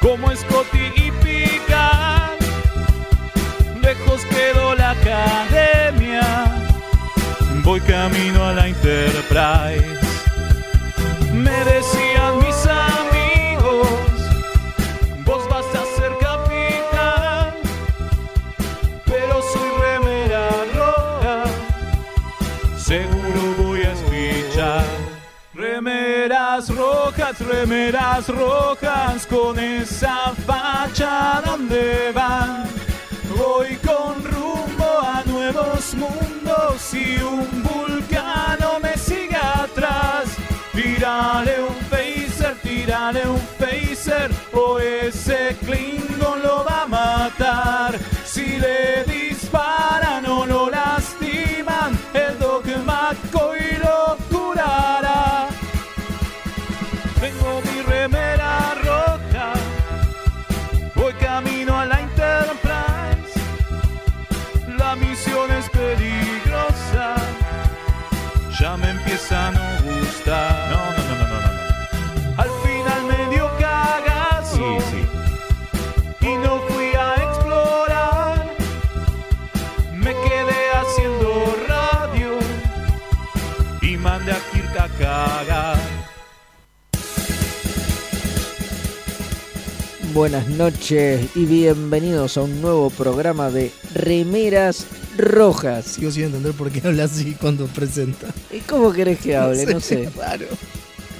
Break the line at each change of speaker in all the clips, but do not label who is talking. como Scotty y Picard. Lejos quedó la academia, voy camino a la Enterprise. Me decían mis amigos, vos vas a ser capitán, pero soy remera roja, seguro voy a escuchar. Remeras rojas, remeras rojas, con esa facha donde van. Voy con rumbo a nuevos mundos y un vulcano me sigue atrás. Tírale un phaser, tírale un phaser, o ese Klingon lo va a matar. Si le disparan o lo lastiman, el dogma y lo curará. Tengo mi remera roja, voy camino a la Enterprise. La misión es peligrosa, ya me empieza a no gustar.
No, no, no, no, no, no.
Al final me dio cagazo
no. Sí, sí.
y no fui a explorar. Me quedé haciendo radio y mandé a Kirk a cagar.
Buenas noches y bienvenidos a un nuevo programa de Remeras Rojas.
Sigo sin entender por qué habla así cuando presenta.
¿Y cómo querés que hable? No sé.
es raro.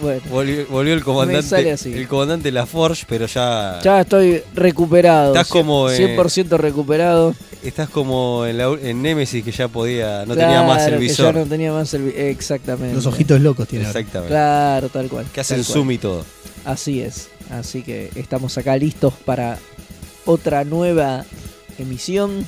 Bueno,
Volvió, volvió el comandante.
Me sale así.
El comandante Laforge, pero ya.
ya estoy recuperado.
Estás como, eh,
100% recuperado.
Estás como en, la, en Nemesis que ya podía. No tenía más
Claro,
el
que
visor.
ya no tenía más el vi- Exactamente.
Los ojitos locos tiene. ahora.
Exactamente.
Claro, tal cual.
Que hacen
tal cual.
zoom y todo.
Así es. Así que estamos acá listos para otra nueva emisión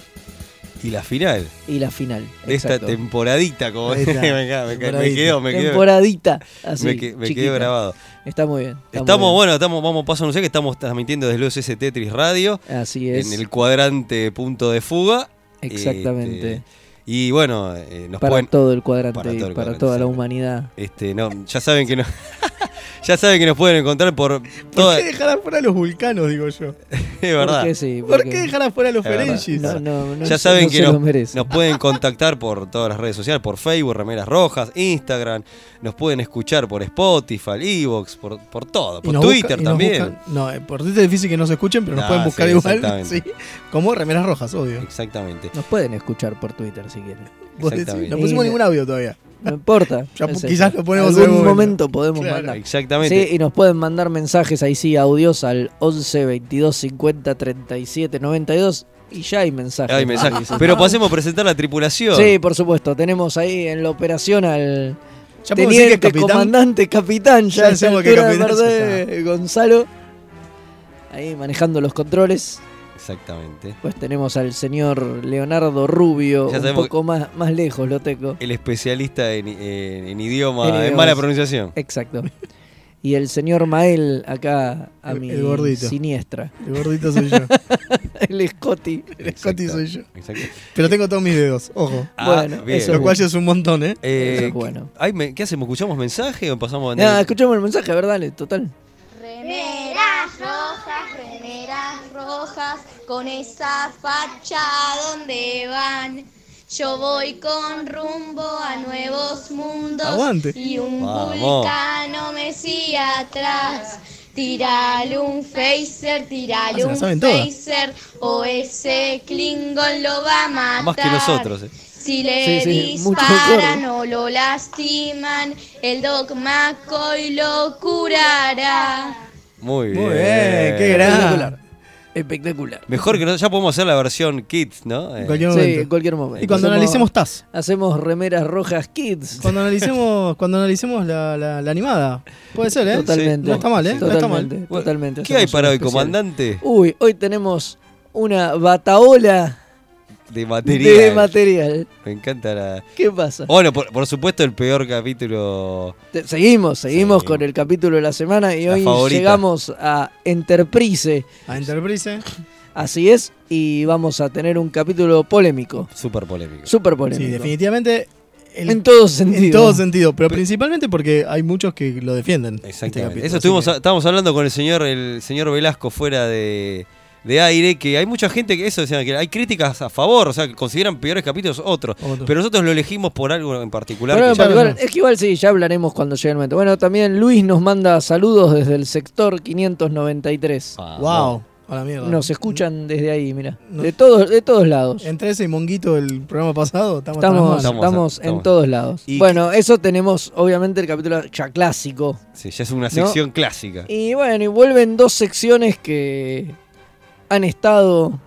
Y la final
y la final.
de esta
Exacto.
temporadita, como
Ahí está.
me, ca- me ca- me
Temporadita.
quedó, me quedó.
Temporadita. Así,
me que- me
chiquita.
quedó grabado.
Está muy bien. está muy
Estamos,
bien.
bueno, estamos, vamos paso a anunciar que estamos transmitiendo desde el USS Tetris Radio,
Así es.
en el cuadrante punto de fuga.
Exactamente.
Este, y bueno, eh, nos
para
pueden.
todo el cuadrante
para todo el
y para
cuadrante,
toda la
exacto.
humanidad.
Este, no, ya saben que no. ya saben que nos pueden encontrar por
¿Por
toda.
qué dejar afuera a los vulcanos, digo yo?
es verdad.
¿Por qué sí?
¿Por
Porque
qué dejar afuera a los
Es verdad.
Ferengis?
No, no, no
Ya
se-
saben
no
que
se
nos,
lo merece.
nos pueden contactar por todas las redes sociales, por Facebook, Remeras Rojas, Instagram, nos pueden escuchar por Spotify, Evox, por, por todo,
Y
por
nos
Twitter
busca- y nos
también.
buscan- no, eh, por Twitter es difícil que nos escuchen, pero nos
Ah,
pueden buscar
sí,
igual. Sí,
exactamente.
como remeras rojas, obvio.
Exactamente.
Nos pueden escuchar por Twitter si quieren.
Vos decís,
Exactamente.
no pusimos ningún audio todavía.
No importa.
Ya
no
po-
sé.
quizás lo ponemos
Algún
en algún
momento podemos
Claro.
mandar.
Exactamente.
Sí, y nos pueden mandar mensajes ahí sí, audios al 11 22 50 37 92 y ya hay mensajes.
Hay mensajes. Pero pasemos a presentar la tripulación.
Sí, por supuesto, tenemos ahí en la operación al
Ya podemos decir
teniente,
que capitán.
comandante, capitán, ya,
Ya
a esta
decimos que
altura de
capitán se
perder, Gonzalo. Ahí manejando los controles.
Exactamente.
Pues tenemos al señor Leonardo Rubio,
Ya
un
sabemos
poco más, más lejos, lo tengo.
El especialista en, en- en idioma,
En
en,
idiomas.
mala pronunciación.
Exacto. Y el señor Mael acá a
El-
mi
el gordito.
siniestra.
El gordito soy yo.
El Scotty.
El Scotty soy yo.
Exacto. Ah,
Pero tengo todos mis dedos, ojo.
Bueno,
bien.
eso es
Lo cual ya es un montón, ¿eh?
Eh,
Eso
¿qué-
es bueno.
ay, me- ¿Qué hacemos? ¿Escuchamos mensaje o pasamos a
Nada, escuchemos el mensaje, ¿verdad? Dale, Total.
Remeras rojas, remeras rojas, con esa facha donde van. Yo voy con rumbo a nuevos mundos
Aguante.
y un
Vamos.
vulcano me sigue atrás. Tirale un phaser, tirale
Ah, Se la
un
saben todas.
phaser, o ese Klingon lo va a matar.
Ah, Más que nosotros. eh.
Si le
Sí, sí, mucho
disparan
mejor.
o lo lastiman, el dogma y lo curará.
Muy bien.
Muy bien, qué gran.
Espectacular.
Mejor que no, ya podemos hacer la versión Kids, ¿no? Eh,
En cualquier
Sí, en
momento.
cualquier momento.
Y cuando
Hacemos-
analicemos TAS.
Hacemos remeras rojas kids.
Cuando analicemos, cuando analicemos la, la- la animada. Puede ser, ¿eh?
Totalmente.
No está mal, ¿eh? No está mal.
Totalmente,
bueno,
totalmente.
¿Qué hay
Hacemos
para
un
hoy,
especial.
comandante?
Uy, hoy tenemos una bataola
De materia.
de material.
Me encanta la.
¿Qué pasa?
Bueno, por, por supuesto, el peor capítulo.
Te- Seguimos, seguimos
Sí.
con el capítulo de la semana y
La
hoy
favorita.
llegamos a Enterprise,
A Enterprise.
así es, y vamos a tener un capítulo polémico,
Súper polémico.
Este súper polémico.
Sí, definitivamente el-
en todo sentido.
En todo sentido, pero principalmente porque hay muchos que lo defienden. este
Exactamente.
capítulo,
Eso
así
estuvimos,
que-
estábamos hablando con el señor, el señor Velasco fuera de, de aire, que hay mucha gente que eso decían que hay críticas a favor, o sea, que consideran peores capítulos otros.
Otro.
Pero nosotros lo elegimos por algo en particular.
Bueno,
que ya-
pero
ya
igual-
hablamos.
es que igual sí, ya hablaremos cuando llegue el momento. Bueno, también Luis nos manda saludos desde el sector 593.
Ah,
Wow, a la mierda.
Nos escuchan desde ahí, mira.
No.
De todos, de todos lados.
Entre ese y Monguito el programa pasado, estamos,
Estamos,
tan mal.
Estamos,
estamos en
estamos.
todos lados.
Y-
Bueno, eso tenemos obviamente el capítulo ya clásico.
Sí, ya es una sección clásica.
Y bueno, y vuelven dos secciones que han estado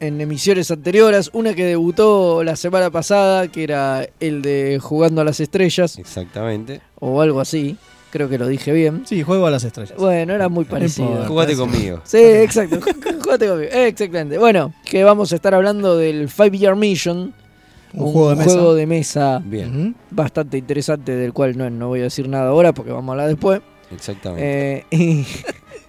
en emisiones anteriores. Una que debutó la semana pasada, que era el de Jugando a las Estrellas,
Exactamente.
o algo así. Creo que lo dije bien.
Sí, juego a las estrellas.
Bueno, era muy parecido.
importa.
Jugate
parece-
conmigo.
Sí, exacto. Jugate conmigo. Exactamente. Bueno, que vamos a estar hablando del Five Year Mission.
Un, juego de mesa.
juego de mesa
Bien,
Ujú.
bastante interesante, del cual no, no voy a decir nada ahora porque vamos a hablar después.
exactamente.
Eh, y- Eh,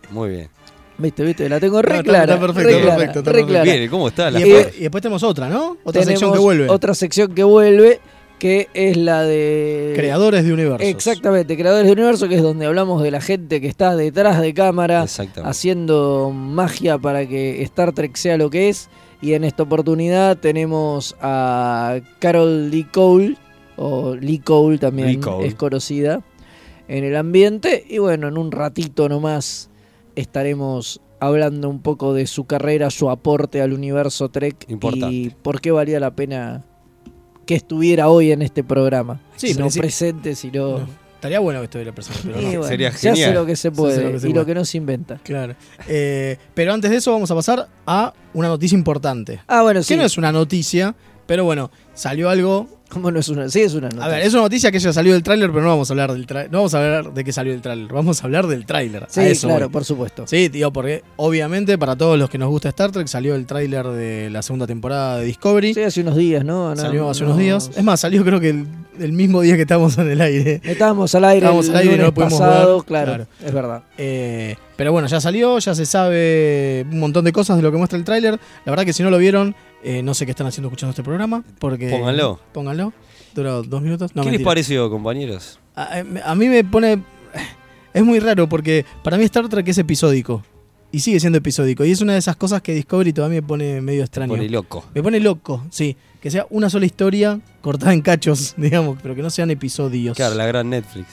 Muy bien.
viste, viste, la tengo re
No, está-
clara.
está perfecto,
re clara,
perfecto, está
re
perfecto.
clara.
Bien, ¿cómo está? La
Y,
Eh,
después, y después tenemos otra, ¿no? Otra sección
Tenemos
que vuelve.
Otra sección que vuelve, que es la de.
Creadores de universos.
Exactamente, creadores de universo, que es donde hablamos de la gente que está detrás de cámara
Exactamente.
haciendo magia para que Star Trek sea lo que es. Y en esta oportunidad tenemos a Carol Lee Cole, o Lee Cole también
Lee Cole.
es conocida en el ambiente. Y bueno, en un ratito nomás estaremos hablando un poco de su carrera, su aporte al universo Trek y
Importante.
por qué valía la pena que estuviera hoy en este programa.
Sí,
no
princip-
presente, sino...
No, estaría bueno que estuviera presente, pero
Y
no.
bueno,
sería
se hace
genial.
lo que se
hace
puede
lo que se
y lo
puede.
que no se inventa.
Claro. Eh, pero antes de eso vamos a pasar a una noticia importante.
Ah, bueno, sí.
Que no es una noticia, pero bueno, salió algo.
¿Cómo no es una? Sí, es una noticia.
A ver, es una noticia que ya salió del tráiler, pero no vamos a hablar del tráiler. No vamos a hablar de que salió el tráiler, vamos a hablar del tráiler.
Sí,
A eso
claro,
voy.
por supuesto.
Sí, tío, porque obviamente para todos los que nos gusta Star Trek salió el tráiler de la segunda temporada de Discovery.
Sí, hace unos días, ¿no? No,
salió hace
no.
unos días. Es más, salió creo que el, el mismo día que estamos en el aire.
Estábamos al aire
Estábamos
el
al aire y no
lunes
lo pudimos
pasado,
ver.
Claro,
Claro.
es verdad.
Eh, pero bueno, ya salió, ya se sabe un montón de cosas de lo que muestra el tráiler. La verdad que si no lo vieron, eh, no sé qué están haciendo escuchando este programa. Porque,
Pónganlo.
Pónganlo. Dura dos minutos. No,
¿Qué les
mentira.
pareció, compañeros?
A, a- a mí me pone... Es muy raro porque para mí Star Trek es episódico. Y sigue siendo episódico. Y es una de esas cosas que Discovery todavía me pone medio extraño.
Pone loco.
Me pone loco, sí. Que sea una sola historia cortada en cachos, digamos, pero que no sean episodios.
Claro, la gran Netflix.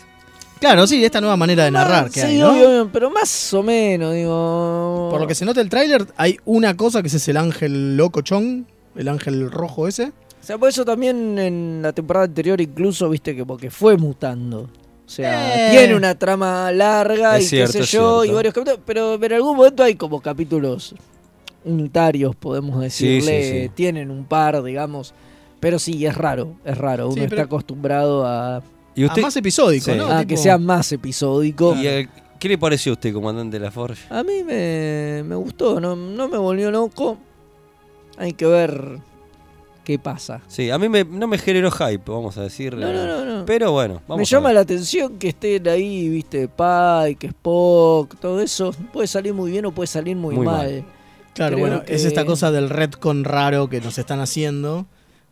Claro, sí, esta nueva manera de narrar que
Ah, sí,
hay, ¿no?
obvio, obvio, pero más o menos, digo.
Por lo que se nota el tráiler, hay una cosa que ese es el ángel loco chong, el ángel rojo ese.
O sea, por eso también en la temporada anterior, incluso, viste que porque fue mutando. O
Eh.
sea, tiene una trama larga
Es
y
cierto,
qué
es
sé yo, y
cierto.
varios capítulos, pero, pero en algún momento hay como capítulos unitarios, podemos
Sí, sí,
decirle.
sí.
Tienen un par, digamos. Pero sí, es raro, es raro. Uno
Sí, pero-
está acostumbrado a,
¿Y usted?
Ah, más episódico,
Sí.
¿no?
a
Tipo-
que sea más episódico.
y, eh, ¿Qué le pareció a usted, comandante de la Forge?
A mí me, me gustó, no, no me volvió loco. Hay que ver qué pasa.
Sí, a mí me- no me generó hype, vamos a decir.
No, no, no, no.
Pero bueno, vamos
me
a
llama
ver.
la atención que estén ahí, viste, Pike, Spock, todo eso. Puede salir muy bien o puede salir muy,
Muy
mal.
mal.
Claro,
creo
bueno,
que-
es esta cosa del retcon raro que nos están haciendo,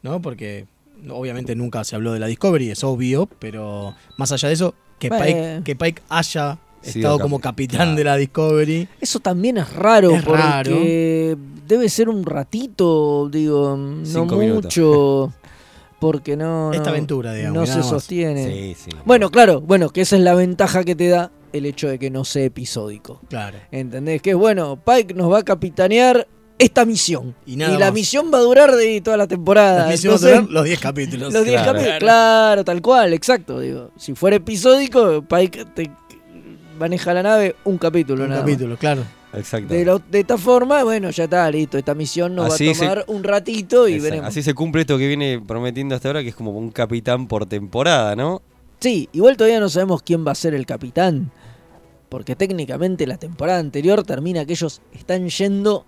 ¿no? Porque obviamente nunca se habló de la Discovery, es obvio, pero más allá de eso, que,
Bueno.
Pike, que Pike haya
Sido
estado como
capi-
capitán de la Discovery.
Eso también es raro,
Es raro.
porque debe ser un ratito, digo, no
Cinco minutos.
mucho, porque no...
Esta
no-
aventura, digamos,
No
nada
se
más.
sostiene.
Sí, sí.
Bueno, claro, bueno, que esa es la ventaja que te da el hecho de que no sea episódico.
Claro.
¿Entendés? Que es bueno, Pike nos va a capitanear esta misión.
Y nada
la
más.
misión va a durar de toda la temporada.
Nos hicimos
Entonces,
ver los 10 capítulos.
los 10
Claro.
capítulos, claro, tal cual, exacto. Digo, si fuera episódico, Pike te maneja la nave un capítulo,
Un
nada más.
capítulo, claro.
Exacto.
De, lo- de esta forma, bueno, ya está, listo. Esta misión nos
Así
va a
se-
tomar un ratito y
Exacto.
veremos.
Así se cumple esto que viene prometiendo hasta ahora, que es como un capitán por temporada, ¿no?
Sí, igual todavía no sabemos quién va a ser el capitán. Porque técnicamente la temporada anterior termina que ellos están yendo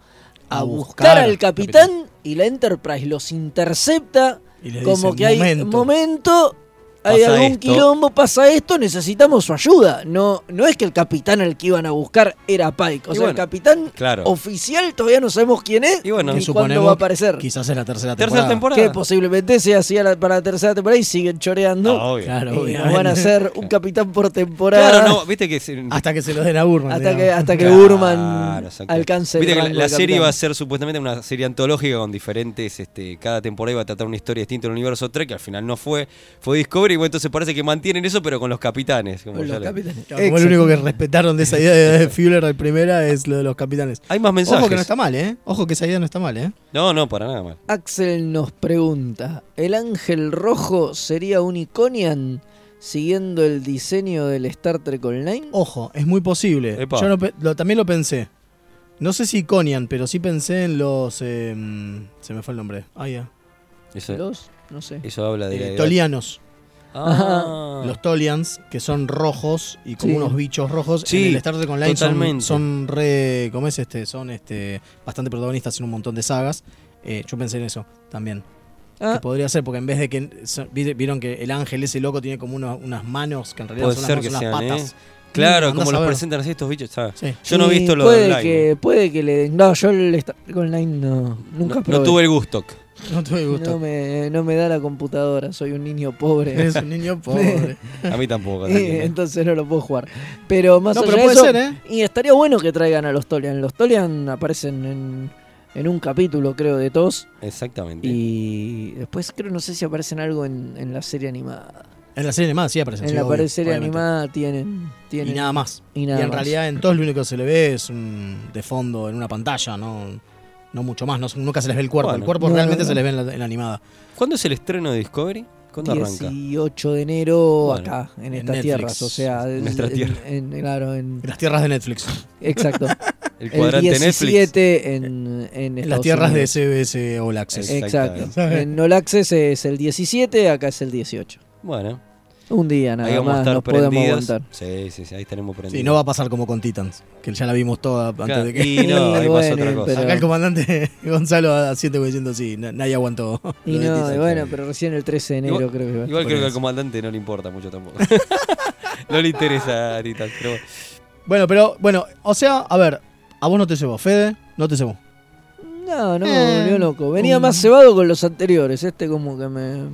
a,
A
buscar,
buscar
al
al
capitán, y la Enterprise los intercepta
Y les
como
dicen,
que hay
"Momento".
momento hay
Pasa
algún
esto.
quilombo, pasa esto, necesitamos su ayuda. No, no es que el capitán al que iban a buscar era Pike. O
Y
sea, el
bueno,
capitán
claro.
oficial todavía no sabemos quién es
Y bueno,
ni
que
cuándo va a aparecer.
Quizás es la tercera temporada.
Tercera temporada.
Que posiblemente se hacía la- para la tercera temporada y siguen choreando.
Ah, obvio.
Claro,
y nos
obviamente.
van a hacer un capitán por temporada.
Claro, no, viste que se-
Hasta que se lo den a Burman.
Hasta que,
digamos.
hasta que
Claro,
Burman
exacto.
alcance el
Viste que la,
rango
la
de
serie
capitán.
va a ser supuestamente una serie antológica con diferentes, este, cada temporada iba a tratar una historia distinta del universo Trek, que al final no fue, fue Discovery, bueno, entonces parece que mantienen eso, pero con los capitanes. como
Con
ya
los
le-
capitanes.
Claro, como lo único que respetaron de esa idea de Fuller al primera es lo de los capitanes.
Hay más mensajes.
Ojo que no está mal, ¿eh? Ojo que esa idea no está mal, ¿eh?
no, no, para nada mal.
Axel nos pregunta, ¿el ángel rojo sería un Iconian siguiendo el diseño del Star Trek Online?
Ojo, es muy posible.
Epa.
Yo no pe- lo- también lo pensé. No sé si Conian, pero sí pensé en los. eh, mm, se me fue el nombre. Ah, ya.
Eso,
Los, no sé.
eso habla de la
Eh,
edad.
Tolianos.
Ah.
Los Tolians, que son rojos y como
Sí.
unos bichos rojos.
Sí,
en el Star Trek Online son-
totalmente.
son, re. ¿Cómo es este? Son este, bastante protagonistas en un montón de sagas. Eh, yo pensé en eso también.
Ah,
Que podría ser, porque en vez de que. son- vi- Vieron que el ángel ese loco tiene como unos- unas manos que en realidad
Puede
son,
ser
las,
que
manos, son
sean,
las
¿eh?
patas.
Claro,
Andá
como
a
los
saber.
presentan así estos bichos. ¿sabes?
Sí.
Yo no he
sí,
visto lo de
puede
online.
que, puede que le... No, yo el Star Trek Online no, nunca
no, no
probé.
tuve el gusto.
No tuve gusto.
No me, no me da la computadora, soy un niño pobre.
Eres un niño pobre.
A mí tampoco.
Eh,
también, ¿eh?
Entonces no lo puedo jugar. Pero más
No,
allá
pero
de
puede
eso,
ser, ¿eh?
Y estaría bueno que traigan a los Tolian. Los Tolian aparecen en, en un capítulo, creo, de TOS.
Exactamente.
Y después creo, no sé si aparecen algo en, en la serie animada.
En la serie animada sí aparecen.
en
sí,
la
obvio,
serie
obviamente.
animada tienen, tienen...
Y nada más.
y
Y,
nada
en
más.
realidad en todos lo único que se le ve es un de fondo en una pantalla, no, no mucho más. No, nunca se les ve el cuerpo.
Bueno.
el cuerpo
No,
realmente
no,
se
no.
les ve en la, en la animada.
¿Cuándo es el estreno de Discovery? ¿Cuándo arranca?
18 de enero
Bueno,
acá, en
en
estas
Netflix.
tierras. O sea,
En
en-
nuestra
en-
tierra.
en- claro, en-
En las tierras de Netflix.
exacto.
El
El
cuadrante Netflix.
17 en, en
En las
Estados
tierras de
Unidos.
CBS All Access.
Eh,
Exacto.
Exactamente.
En All Access es el 17, acá es el 18.
Bueno,
Un día nada
ahí vamos a
más
estar
nos podemos
prendidos.
aguantar.
Sí, sí, sí, ahí estaremos prendidos.
Sí, no va a pasar como con Titans, que ya la vimos toda
Claro,
antes de que.
Y no, ahí pasa
Y bueno,
otra cosa.
pero-
Acá el comandante Gonzalo asiente como diciendo sí, na- nadie aguantó.
Y
lo de
no,
Titans.
y bueno, pero recién el 13 de enero
Igual-
creo que va.
Igual
Por
creo que
eso.
al comandante no le importa mucho tampoco. no le interesa a Titans, pero bueno.
Bueno, pero bueno, o sea, a ver, a vos no te llevó, Fede, no te llevó.
No, no
Eh,
me volvió loco. Venía
un-
más cebado con los anteriores. Este como que me, me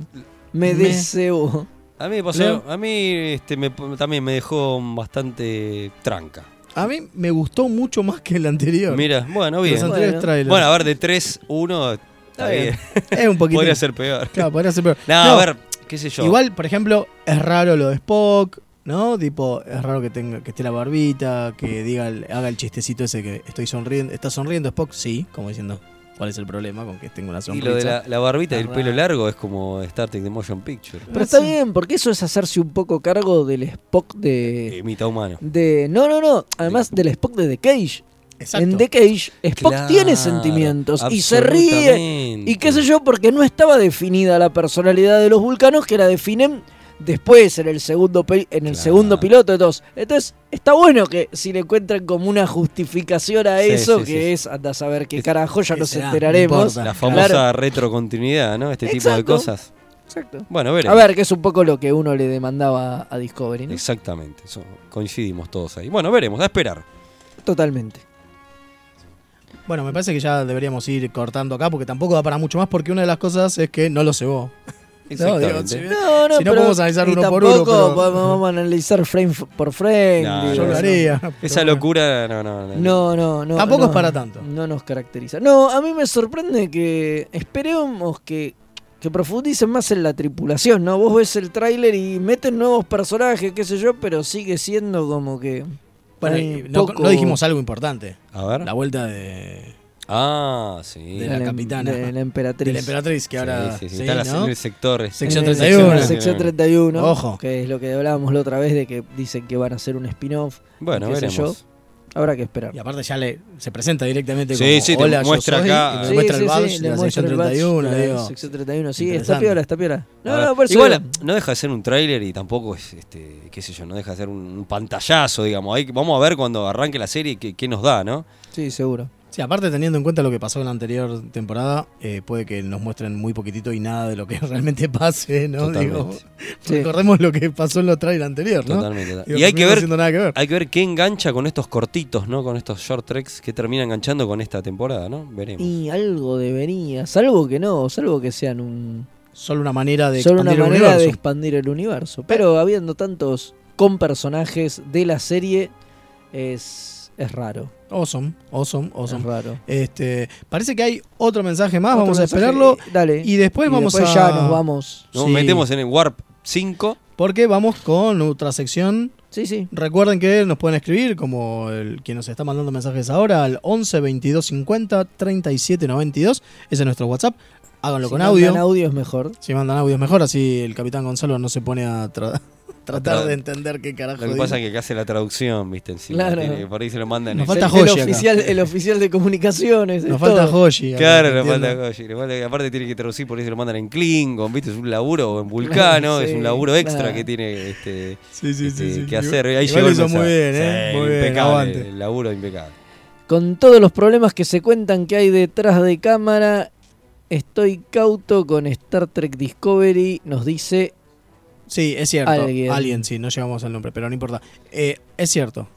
Me- Ah,
deseó.
A mí me pasó,
Leo.
a mí este, me- también me dejó bastante tranca.
A mí me gustó mucho más que el anterior.
Mira, bueno,
Los
bien.
anteriores
Bueno.
trailers.
Bueno, a ver, de 3, 1, está
Está bien.
bien.
es un poquito.
Podría ser peor.
Claro, podría ser peor.
No,
No,
a ver, qué sé yo.
Igual, por ejemplo, es raro lo de Spock, ¿no? Tipo, es raro que tenga que esté la barbita, que diga el- haga el chistecito ese que estoy sonriendo. ¿Estás sonriendo, Spock? Sí, como diciendo, ¿cuál es el problema con que tengo una
Y
sonrisa?
lo de la, la barbita y el
Está
pelo
raro.
largo es como Star Trek The Motion Picture.
Pero está
sí.
bien, porque eso es hacerse un poco cargo del Spock de.
Eh, mitad humano.
de no, no, no. Además del Spock de The Cage.
Exacto.
En The Cage, Spock
Claro,
tiene sentimientos y se ríe.
absolutamente.
Y qué sé yo, porque no estaba definida la personalidad de los vulcanos que la definen después en el segundo pe- en el
Claro.
segundo piloto de todos. Entonces, está bueno que si le encuentran como una justificación a
Sí,
eso,
sí,
que
sí.
es, anda a saber qué
Es-
carajo, ya
que
nos
será, no
enteraremos.
importa.
La famosa
Claro.
retrocontinuidad, ¿no? Este tipo de
Exacto.
cosas.
Exacto.
Bueno, veremos.
A ver, que es un poco lo que uno le demandaba a Discovery, ¿no?
Exactamente, eso, coincidimos todos ahí. Bueno, veremos, a esperar.
Totalmente.
Bueno, me parece que ya deberíamos ir cortando acá porque tampoco da para mucho más porque una de las cosas es que no lo cebó. No, digo, si bien-
No, no,
Si no
pero-
podemos analizar
y
uno por uno,
tampoco
pero-
podemos- vamos a analizar frame f- por frame.
No,
digo,
yo lo
no.
haría.
Esa
Pero bueno.
locura, no, no, no.
No, no, no.
Tampoco
no,
es para tanto.
No nos caracteriza. No, a mí me sorprende que esperemos que, que profundicen más en la tripulación, ¿no? Vos ves el tráiler y meten nuevos personajes, qué sé yo, pero sigue siendo como que...
Bueno,
hay
y no,
poco-
no dijimos algo importante.
A ver.
La vuelta de,
Ah, sí.
de la
em-
capitana.
De la emperatriz.
de la emperatriz que ahora...
Sí, sí, sí,
sí,
está la-
¿no?
en el sector. este.
Sección
En el-
31.
en la sección 31.
Ojo.
Que es lo que hablábamos la otra vez de que dicen que van a hacer un spin-off.
Bueno,
qué sé
veremos.
yo. Habrá que esperar.
Y aparte ya le, se presenta directamente
Sí,
como
sí, te
Hola, yo
muestra
soy",
acá.
y le
Sí,
muestra
sí,
el badge
sí,
de
le
la
muestra
sección
el badge
31,
de la
digo.
sección 31, sí, está
Interesante.
piola, está piola.
A
No,
ver.
no, por eso digo.
Igual, no deja de ser un tráiler y tampoco es, este, qué sé yo, no deja de ser un, un pantallazo, digamos. Ahí vamos a ver cuando arranque la serie qué, qué nos da, ¿no?
Sí, seguro.
Sí, aparte teniendo en cuenta lo que pasó en la anterior temporada, eh, puede que nos muestren muy poquitito y nada de lo que realmente pase, ¿no?
Totalmente.
Digo,
Sí.
recordemos lo que pasó en los trailers anterior, ¿no?
Totalmente. total-
Digo,
Y hay que
no
ver
haciendo nada que ver.
Hay que ver qué engancha con estos cortitos, ¿no? Con estos short treks que termina enganchando con esta temporada, ¿no? Veremos.
Y algo debería, salvo que no, salvo que sean un
Solo una manera de
solo una
expandir el
manera de
universo.
expandir el universo. Pero habiendo tantos con personajes de la serie es es raro,
Awesome, awesome, awesome.
es raro.
Este, parece que hay otro mensaje más,
Otro
Ah, vamos a
mensaje,
esperarlo.
Dale.
Y después vamos a.
ya nos vamos.
Nos
Sí.
metemos en el Warp 5.
Porque vamos con otra sección.
Sí, sí.
Recuerden que nos pueden escribir, como el, quien nos está mandando mensajes ahora, al 11 22 50 37 92. Ese es nuestro WhatsApp. Háganlo
Si
con
mandan
audio.
audio es mejor.
Si mandan audio es mejor, así el capitán Gonzalo no se pone a tra- tratar
tra-
de entender qué carajo.
Lo que
dice.
pasa es que acá hace la traducción, ¿viste? Encima.
Claro.
Tiene- por ahí se lo mandan.
Nos
en-
falta
el, el
joya acá.
oficial, el oficial de comunicaciones. es
Nos falta
todo.
Joshi.
Claro, nos
¿entiendes?
falta Goshi, le falta- Aparte tiene que traducir, por ahí se lo mandan en Klingon, ¿viste? Es un laburo o en Vulcano,
Claro,
es
sí,
un laburo extra
claro.
que tiene este,
Sí, sí, sí.
este,
sí.
que hacer. Ahí
Igual
llegó
lo
el
hizo muy bien,
mensaje.
¿eh?
Sí,
muy bien,
impecable,
aguante.
El laburo impecable.
Con todos los problemas que se cuentan que hay detrás de cámara, estoy cauto con Star Trek Discovery, nos dice
Sí, es cierto.
Alguien.
Alguien, sí, no llegamos al nombre, pero no importa. Eh, es cierto.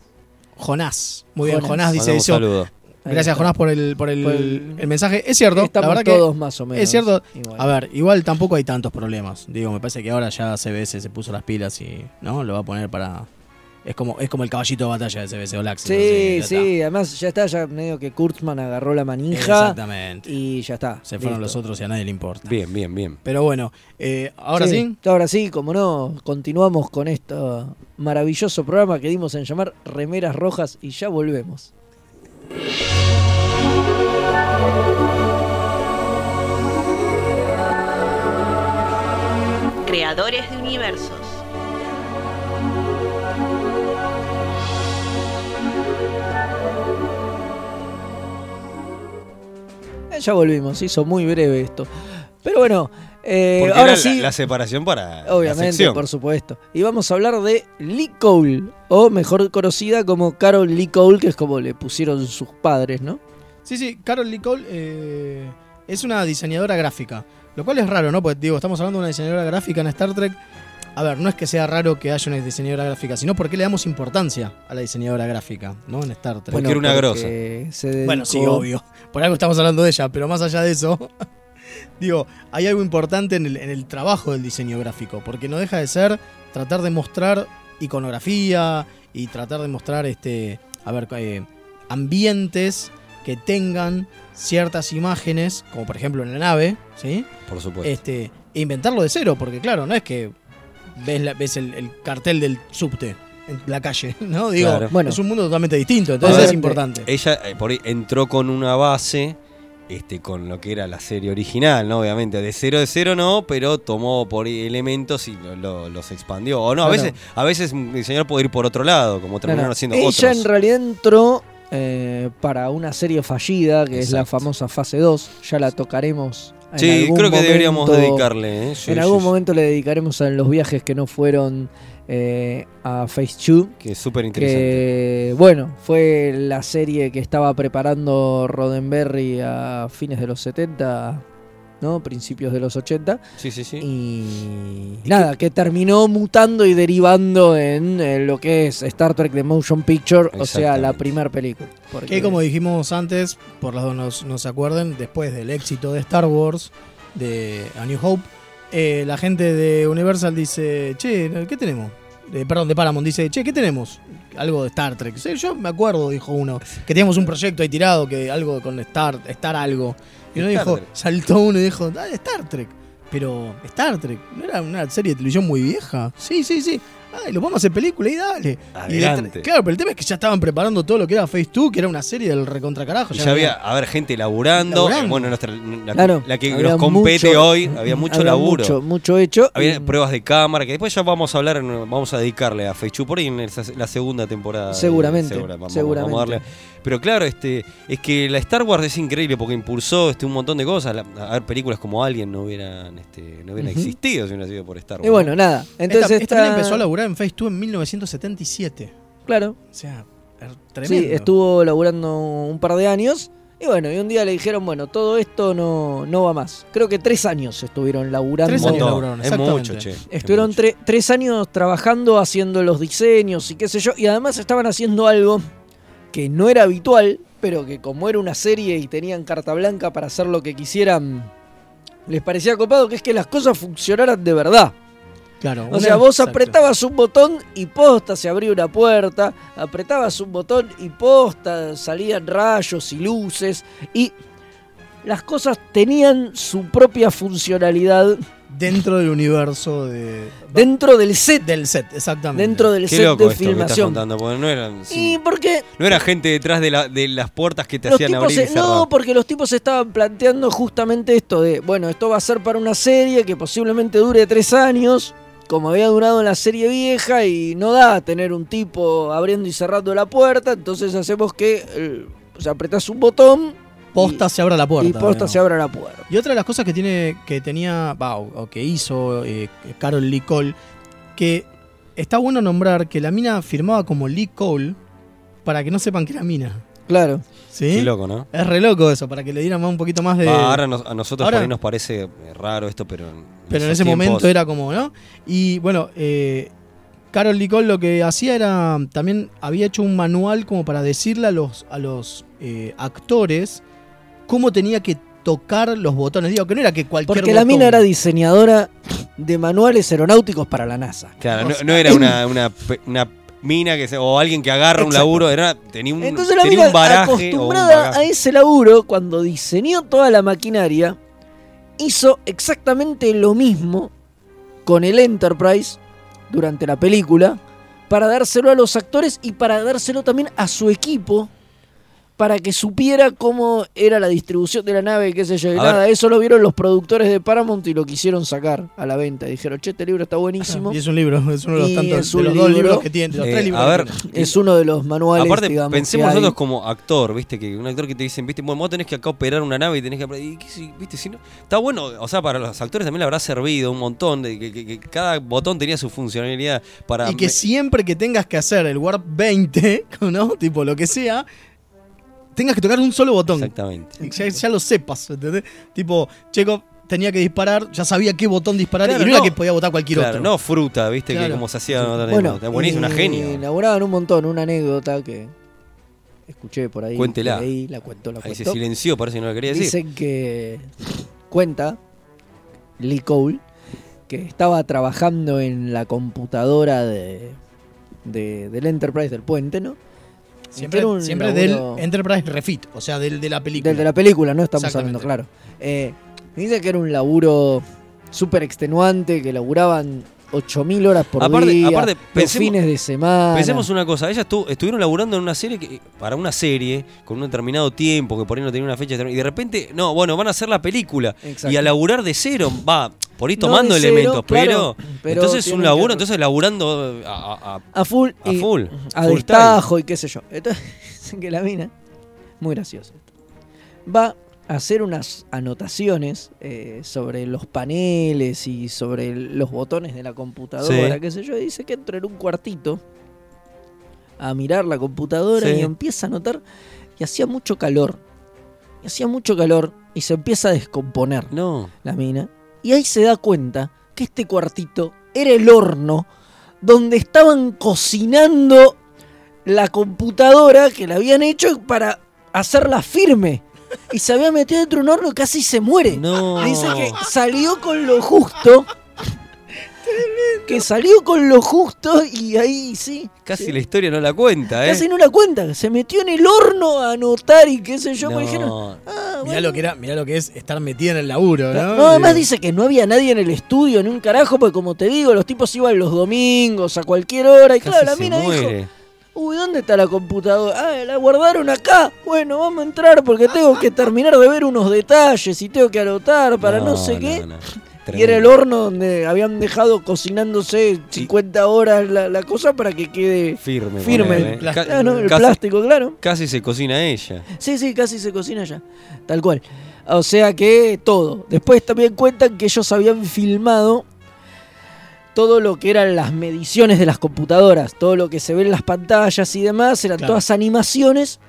Jonás. Muy bien,
Jonás.
Jonás dice
Mandamos un
eso.
saludo.
Ahí
Gracias,
está.
Jonás, por el, por el,
Por el-
el mensaje. Es cierto, la
Estamos
verdad
todos más o
que.
menos.
Es cierto.
igual.
A ver, igual tampoco hay tantos problemas. Digo, me parece que ahora ya CBS se puso las pilas y. ¿No? Lo va a poner para. Es como, es como el caballito de batalla de CBS o Laxi.
Sí, sí, además ya está, ya medio que Kurtzman agarró la manija
Exactamente.
y ya está.
Se fueron los
listo.
otros y a nadie le importa.
Bien, bien, bien.
Pero bueno, eh, ahora sí.
Ahora sí, como no, continuamos con este maravilloso programa que dimos en llamar Remeras Rojas y ya volvemos.
Creadores de universos.
Eh, ya volvimos, hizo muy breve esto. Pero bueno, eh,
Porque
ahora
era
sí,
la, la separación para la
obviamente,
sección.
por supuesto. Y vamos a hablar de Lee Cole, o mejor conocida como Carol Lee Cole, que es como le pusieron sus padres, ¿no?
Sí, sí, Carol Lee Cole eh, es una diseñadora gráfica. Lo cual es raro, ¿no? Porque digo, estamos hablando de una diseñadora gráfica en Star Trek. A ver, no es que sea raro que haya una diseñadora gráfica, sino porque le damos importancia a la diseñadora gráfica, ¿no? En Star Trek.
Porque era una grosa.
se dedicó-
Bueno, sí, obvio. Por algo estamos hablando de ella, pero más allá de eso, digo, hay algo importante en el, en el trabajo del diseño gráfico, porque no deja de ser tratar de mostrar iconografía y tratar de mostrar, este, a ver, eh, ambientes que tengan ciertas imágenes, como por ejemplo en la nave, ¿sí?
Por supuesto.
Este, e inventarlo de cero, porque claro, no es que ves, la- ves el, el cartel del subte en la calle, ¿no? Digo,
Claro.
Bueno.
es un mundo totalmente distinto, entonces es
Obviamente.
importante.
ella eh, por ahí entró con una base este, con lo que era la serie original, ¿no? Obviamente, de cero de cero no, pero tomó por ahí elementos y lo- lo- los expandió. O no, a
Claro.
veces, a veces un diseñador puede ir por otro lado, como terminaron
Claro,
haciendo
Ella
otros.
en realidad entró eh, para una serie fallida, que es la
Exacto.
famosa fase 2. Ya la tocaremos. En
sí,
algún
creo que deberíamos
momento-
dedicarle, ¿eh? Sí,
en
sí,
algún
sí.
momento le dedicaremos a los viajes que no fueron eh, a Phase 2.
Que es súper interesante.
Que bueno, fue la serie que estaba preparando Roddenberry a fines de los 70, ¿no? Principios de los 80.
Sí, sí, sí.
Y nada, que terminó mutando y derivando en eh, lo que es Star Trek The Motion Picture, o sea, la
Exactamente.
primera película. Porque-
Que como dijimos antes, por las dos nos, nos acuerden, después del éxito de Star Wars, de A New Hope, eh, la gente de Universal dice, che, ¿qué tenemos? Eh, perdón, de Paramount dice, che, ¿qué tenemos? Algo de Star Trek. Sí, yo me acuerdo, dijo uno, que teníamos un proyecto ahí tirado, que algo con Star, Star algo. Y uno
Star
dijo,
Trek.
saltó uno y dijo, dale Star Trek. Pero Star Trek, ¿no era una serie de televisión muy vieja? Sí, sí, sí. Ay, lo vamos a hacer película y dale. Y la tra-
Adelante.
claro, pero el tema es que ya estaban preparando todo lo que era Phase 2, que era una serie del recontra carajo.
Y ya había, a ver, gente laburando.
Laburando.
eh, Bueno, nuestra- la,
Claro,
la que
había
nos compete
mucho-
hoy, había mucho laburo.
Mucho, mucho hecho.
Había
Y-
pruebas de cámara, que después ya vamos a hablar, en- vamos a dedicarle a Feichu por ahí en el- la segunda temporada.
Seguramente,
Segura- vamos-
seguramente.
vamos a darle. Pero claro, este es que la Star Wars es increíble porque impulsó este, un montón de cosas. La- a ver, películas como Alien no hubieran, este, no hubieran
Ujú.
existido si no hubiera sido por Star Wars.
Y bueno, nada. Entonces
esta, esta
está-
mina empezó a laburar en Phase 2 en 1977.
Claro,
O sea, er-
sí,
tremendo.
estuvo laburando un par de años Y bueno, y un día le dijeron, bueno, todo esto no, no va más. Creo que tres años estuvieron laburando.
Tres
Un
años
montón.
laburaron,
es mucho,
exactamente.
che.
Estuvieron
Es mucho.
tre- tres años trabajando, haciendo los diseños y qué sé yo. Y además estaban haciendo algo que no era habitual, pero que como era una serie y tenían carta blanca para hacer lo que quisieran, les parecía copado, que es que las cosas funcionaran de verdad.
Claro,
O
una-
sea, vos
exacto.
apretabas un botón y posta se abría una puerta, apretabas un botón y posta salían rayos y luces y las cosas tenían su propia funcionalidad
Dentro del universo de,
dentro del set,
del set, exactamente.
dentro del
Qué
set
loco
de
esto que estás
filmación.
contando, porque no eran, sí,
Y porque
no era gente detrás de, la- de las puertas que te
los
hacían
tipos
abrir y
se-
cerrar.
no, porque los tipos estaban planteando justamente esto de, bueno, esto va a ser para una serie que posiblemente dure tres años, como había durado en la serie vieja, y no da tener un tipo abriendo y cerrando la puerta, entonces hacemos que eh, o sea, apretás un botón
Posta se abra la puerta.
y posta
digamos.
se abra la puerta.
Y otra de las cosas que tiene, que tenía, va, o o que hizo eh, Carol Lee Cole, que está bueno nombrar que la mina firmaba como Lee Cole para que no sepan que era mina.
Claro.
¿Sí?
¿eh?
Qué loco, ¿no?
Es re loco eso, para que le dieran más- un poquito más de.
Va, ahora nos- a nosotros
ahora-
por ahí nos parece eh, raro esto, pero en,
pero en
esos
ese
tiempos-
momento era como, ¿no? Y bueno, eh, Carol Lee Cole lo que hacía era. También había hecho un manual como para decirle a los, a los eh, actores cómo tenía que tocar los botones. Digo, que no era que cualquier.
Porque la
botón-
mina era diseñadora de manuales aeronáuticos para la NASA.
Claro, no, no era una, una, pe- una mina que se- o alguien que agarra un
Exacto.
laburo, era, tenía un,
Entonces la
Mm, tenía
mina,
un baraje. o un
acostumbrada
bagaje.
a ese laburo, cuando diseñó toda la maquinaria, hizo exactamente lo mismo con el Enterprise durante la película, para dárselo a los actores y para dárselo también a su equipo, para que supiera cómo era la distribución de la nave, qué sé yo, y
A
nada.
ver.
Eso lo vieron los productores de Paramount y lo quisieron sacar a la venta. Dijeron, che, este
Ah,
libro está buenísimo.
Y es un libro, es uno de los
Y
tantos
es
de
un
los dos
libro.
libros que tiene, de los
Eh,
tres libros.
a
que
ver,
tiene.
Es uno de los manuales,
Aparte,
digamos, que
pensemos
hay.
nosotros como actor, ¿viste? Que un actor que te dicen, ¿viste? Bueno, vos tenés que acá operar una nave y tenés que. apre- y qué sé- ¿Viste? Si no- está bueno, o sea, para los actores también le habrá servido un montón, de que, que- que cada botón tenía su funcionalidad para.
Y que
me-
siempre que tengas que hacer el Warp 20, ¿no? Tipo lo que sea, tengas que tocar un solo botón.
Exactamente.
Y Ya, ya lo sepas, ¿entendés? Tipo, Checo tenía que disparar, ya sabía qué botón disparar
Claro,
y no, era
no.
que podía botar cualquier
Claro,
otro.
no fruta, ¿viste?
Claro.
Que como se hacía.
Bueno,
Está buenísimo, una
y
genio.
Elaboraban un montón, una anécdota que escuché por ahí.
Cuéntela.
por ahí, la cuento, la
Ahí se
cuento.
silenció, parece que no lo quería decir.
Dicen que cuenta Lee Cole que estaba trabajando en la computadora de, de- del Enterprise del puente, ¿no?
Siempre,
Era un
siempre del
laburo-
Enterprise Refit, o sea, del de la película.
del de la película, ¿no? Estamos
Exactamente.
hablando, claro. Eh, dice que era un laburo súper extenuante, que laburaban 8.000 horas por
Aparte-
día,
aparte,
los
pensemos-
fines de semana.
Pensemos una cosa, ellas estu- estuvieron laburando en una serie que, para una serie con un determinado tiempo, que por ahí no tenía una fecha determin- y de repente, no, bueno, van a hacer la película
Exacto.
y a laburar de cero, va, por ahí
No
tomando
de cero,
elementos,
claro,
pero,
pero
entonces
tienen
un laburo,
que-
entonces laburando eh, a, a- a-
A full.
a
y-
full,
a
full
destajo y qué sé yo. Entonces, dicen que la mina, muy graciosa, va a hacer unas anotaciones eh, sobre los paneles y sobre el- los botones de la computadora,
Sí.
qué sé yo, y dice que entra en un cuartito a mirar la computadora
Sí.
y empieza a notar que hacía mucho calor, y hacía mucho calor y se empieza a descomponer
No,
la mina. Y ahí se da cuenta que este cuartito era el horno donde estaban cocinando la computadora que la habían hecho para hacerla firme. Y se había metido dentro de un horno y casi se muere.
no.
Dice que salió con lo justo. Que salió con lo justo y ahí sí.
Casi
sí.
la historia no la cuenta, ¿eh?
Casi no la cuenta. Se metió en el horno a anotar y qué sé yo.
No.
Me dijeron, ah,
Mirá,
bueno,
lo que era, mirá lo que es estar metida en el laburo, ¿no?
No, además
Digo,
dice que no había nadie en el estudio ni un carajo, porque como te digo, los tipos iban los domingos a cualquier hora. Y
Casi
claro, la
se
mina dijo,
muere.
uy, ¿dónde está la computadora? Ah, la guardaron acá. Bueno, vamos a entrar porque tengo que terminar de ver unos detalles y tengo que anotar para no, sé qué.
no, no.
Y era el
Tremendo.
horno donde habían dejado cocinándose 50 horas la, la cosa para que quede
firme.
firme.
ponele, ¿eh?
El plástico.
Ca-
Ah, no, el
casi-
plástico, claro.
Casi se cocina ella.
Sí, sí, casi se cocina ya. Tal cual. O sea que todo. Después también cuentan que ellos habían filmado todo lo que eran las mediciones de las computadoras, todo lo que se ve en las pantallas y demás, eran
Claro.
todas animaciones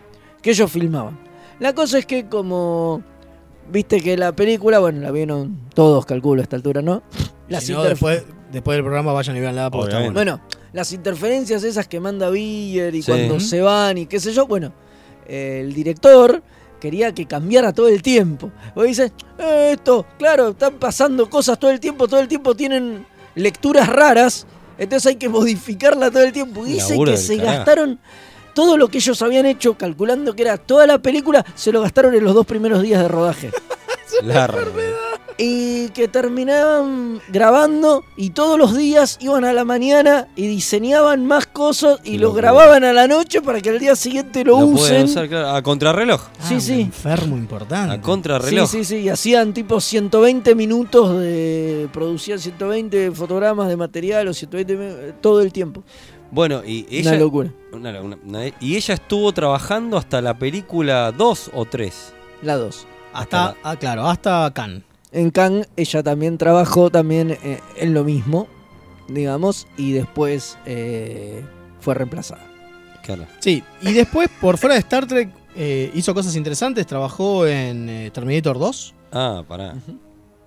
que ellos filmaban. La cosa es que como... Viste que la película, bueno, la vieron todos, calculo, a esta altura, ¿no? Las
Si no,
interfer-
después, después del programa vayan y vean la porque está
Obviamente.
bueno.
Bueno, las interferencias esas que manda Biller y
Sí.
cuando se van y qué sé yo, bueno, eh, el director quería que cambiara todo el tiempo. Vos dices, "Eh, esto, claro, están pasando cosas todo el tiempo, todo el tiempo tienen lecturas raras, entonces hay que modificarla todo el tiempo.
Un
Y dice
laburo
que
del
se
carajo.
gastaron todo lo que ellos habían hecho, calculando que era toda la película, se lo gastaron en los dos primeros días de rodaje
Largo.
y que terminaban grabando y todos los días iban a la mañana y diseñaban más cosas y lo
Locura.
grababan a la noche para que al día siguiente lo,
Lo pueden
usen.
usar, claro, a contrarreloj.
Sí,
Ah,
sí.
Un enfermo importante.
A contrarreloj.
Sí, sí, sí, y hacían tipo 120 minutos de. Producían 120 fotogramas de material o 120. mi- todo el tiempo.
Bueno, y
Una
ella.
locura.
una locura, una- y ella estuvo trabajando hasta la película 2 o 3.
La 2.
Hasta, ah, claro, hasta Can.
En Cannes ella también trabajó también eh, en lo mismo, digamos, y después eh, fue reemplazada.
Claro.
Sí, y después, por fuera de Star Trek, eh, hizo cosas interesantes. Trabajó en eh, Terminator 2.
Ah, pará.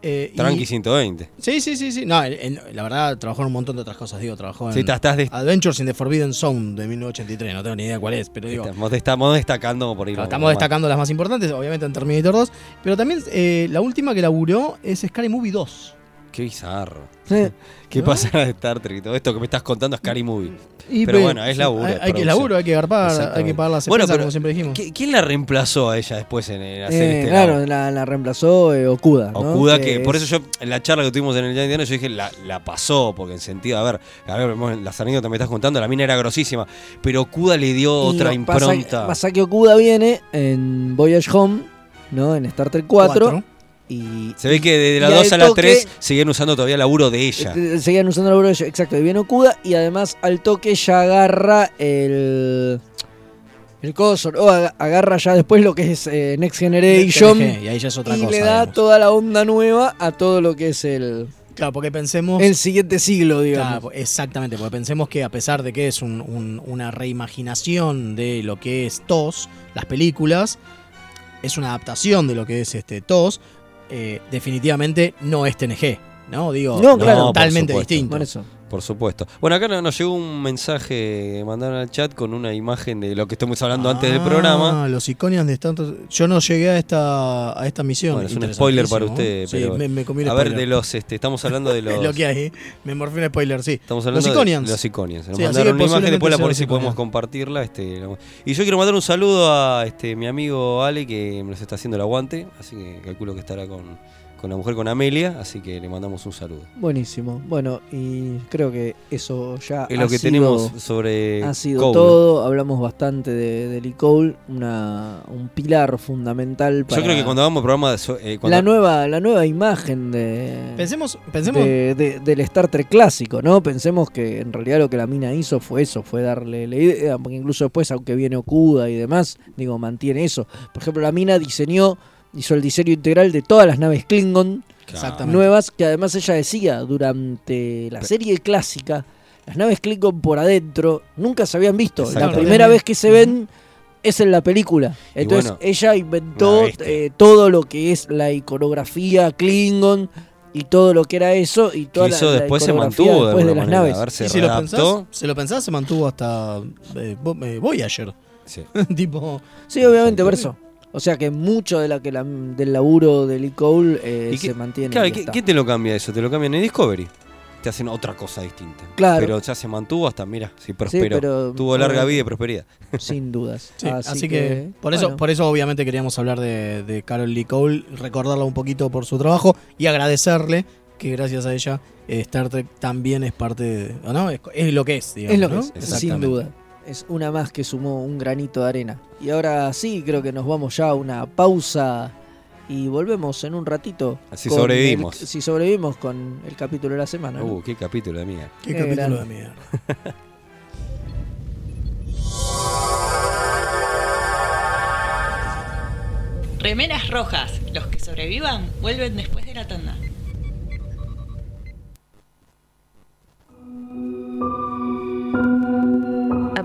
eh, y-
Tranqui 120.
Sí, sí, sí, sí. No, en- en- la verdad, trabajó en un montón de otras cosas. Digo, trabajó en
Sí, estás, estás, de-
Adventures in the Forbidden Zone de 1983. No tengo ni idea cuál es, pero digo.
estamos, estamos destacando por ahí.
Claro,
lo-
estamos
lo más.
destacando las más importantes, obviamente en Terminator 2. Pero también eh, la última que laburó es Scary Movie 2.
Qué bizarro.
Eh,
¿Qué
¿No?
pasará de Star Trek? y Todo esto que me estás contando es Scary Movie.
Mm.
Y, pues,
Pero bueno, es laburo,
Hay, hay que
producción.
laburo, hay que garpar, hay
Exactamente.
que pagar las
Bueno,
expensas,
pero-
como siempre dijimos.
¿Qui- ¿Quién la reemplazó a ella después en, en hacer
Eh,
este
claro,
laburo?
la, la reemplazó eh, Okuda. ¿no?
Okuda, que, por
es-
eso yo, en la charla que tuvimos en el día de Indiana, yo dije, la, la pasó, porque en sentido, a ver, a ver, vos en las anécdotas me estás contando, la mina era grosísima, pero Okuda le dio
y
otra
pasa que-
impronta.
Pasa, que Okuda viene en Voyage Home, ¿no? En Star Trek 4.
Cuatro.
Y
Se ve que de
y
la
al
2 a la
toque-
3 siguen usando todavía laburo de ella.
eh, seguían usando el laburo de ella. Exacto, y viene Okuda. Y además al toque ya agarra el. El coso, o aga- agarra ya después lo que es eh, Next Generation.
TNG, y ahí ya es otra
y
cosa.
le da
digamos.
toda la onda nueva a todo lo que es el,
Claro, porque pensemos.
el siguiente siglo, digamos.
Claro, exactamente, porque pensemos que a pesar de que es un- un- una reimaginación de lo que es TOS, las películas, es una adaptación de lo que es este TOS, eh, definitivamente no es TNG, ¿no? Digo,
No,
es
claro. No, por
totalmente
supuesto.
distinto.
Por eso.
Por supuesto. Bueno, acá no- nos llegó un mensaje que mandaron al chat con una imagen de lo que estamos hablando antes del
Ah,
programa.
Los iconias de tanto. Yo no llegué a esta, a esta misión.
Bueno, es un spoiler para
Interesantísimo.
usted,
Sí,
pero-
me, me comí un
A ver,
spoiler.
de los, este, estamos hablando de
Es
los...
lo que hay. ¿eh? Me morfé un spoiler, sí.
Estamos hablando
Los
de-
Iconians.
de los Iconians. Nos
Sí, así que
mandaron una imagen, después la
posiblemente
por si
sean los
podemos
Iconians.
compartirla. Este, la- y yo quiero mandar un saludo a este, mi amigo Ale, que nos está haciendo el aguante, así que calculo que estará con, con la mujer, con Amelia, así que le mandamos un saludo.
Buenísimo. Bueno, y creo que eso ya.
Es
Ah, ha
lo que
sido-
tenemos sobre
Ha sido
Cole.
todo, hablamos bastante de, de Lee Cole, una, un pilar fundamental para
Yo creo que cuando hagamos el programa de so- eh, cuando-
la, nueva, la nueva imagen de,
Pensemos, pensemos
de- de- del Star Trek clásico, ¿no? Pensemos que en realidad lo que la mina hizo fue eso, fue darle la idea, porque incluso después, aunque viene Okuda y demás, digo, mantiene eso. Por ejemplo, la mina diseñó, hizo el diseño integral de todas las naves Klingon
Claro.
Exactamente.
nuevas, que además ella decía durante la serie clásica, las naves Klingon por adentro nunca se habían visto. La
Exactamente.
primera vez que se ven es en la película.
Y
Entonces
bueno,
ella inventó
una bestia.
eh, todo lo que es la iconografía Klingon y todo lo que era eso y
que
toda la-
eso
la
después se
iconografía
mantuvo de
después
alguna
de las
manera.
naves.
A ver, se
Y si lo
readaptó.
pensás, se lo pensás, se mantuvo hasta eh, Vo- eh, Voyager.
Sí.
tipo,
Sí, obviamente, por eso. O sea que mucho de la que la- del laburo de Lee Cole eh,
¿Y qué-
se mantiene.
Claro,
y
¿y ¿qué,
está.
qué te lo cambia eso? Te lo cambian en Discovery. Te hacen otra cosa distinta.
Claro.
Pero ya se mantuvo hasta, mira, sí
Sí,
prosperó.
pero-
Tuvo larga vida y prosperidad.
Sin dudas.
sí, así, que, por eso
bueno.
por eso obviamente queríamos hablar de, de Carol Lee Cole, recordarla un poquito por su trabajo y agradecerle que gracias a ella eh, Star Trek también es parte de, ¿o ¿no? Es, es lo que es, digamos,
Es lo
¿no?
que es, sin
Exactamente.
duda. Es una más que sumó un granito de arena. Y ahora sí, creo que nos vamos ya a una pausa y volvemos en un ratito.
Así
con
sobrevivimos.
el- si sobrevivimos con el capítulo de la semana. ¿no?
Uh, qué capítulo, amiga.
Qué
Eh,
capítulo
grande.
de mierda.
Remeras rojas. Los que sobrevivan vuelven después de la tanda.
A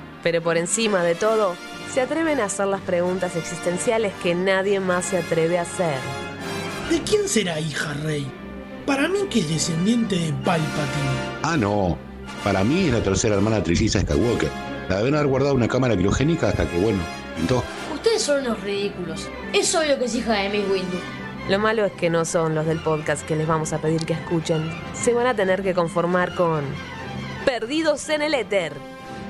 Pero por encima de todo, se atreven a hacer las preguntas existenciales que nadie más se atreve a hacer.
¿De quién será hija Rey? Para mí que es descendiente de Palpatine.
Ah, no. Para mí es la tercera hermana trilliza Skywalker. La deben haber guardado en una cámara criogénica hasta que, bueno, pintó.
Ustedes son unos ridículos. Es obvio que es hija de Miss Windu.
Lo malo es que no son los del podcast que les vamos a pedir que escuchen. Se van a tener que conformar con Perdidos en el Éter.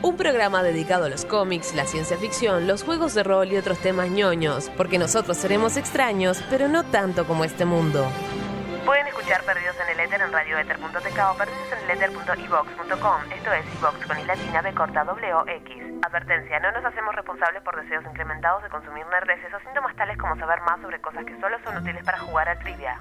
Un programa dedicado a los cómics, la ciencia ficción, los juegos de rol y otros temas ñoños, porque nosotros seremos extraños, pero no tanto como este mundo.
Pueden escuchar Perdidos en el Éter en radioether.tk o perdidoseneleter.evox.com. Esto es iVox con islatina B corta WX. Advertencia, no nos hacemos responsables por deseos incrementados de consumir nerdeces o síntomas tales como saber más sobre cosas que solo son útiles para jugar a trivia.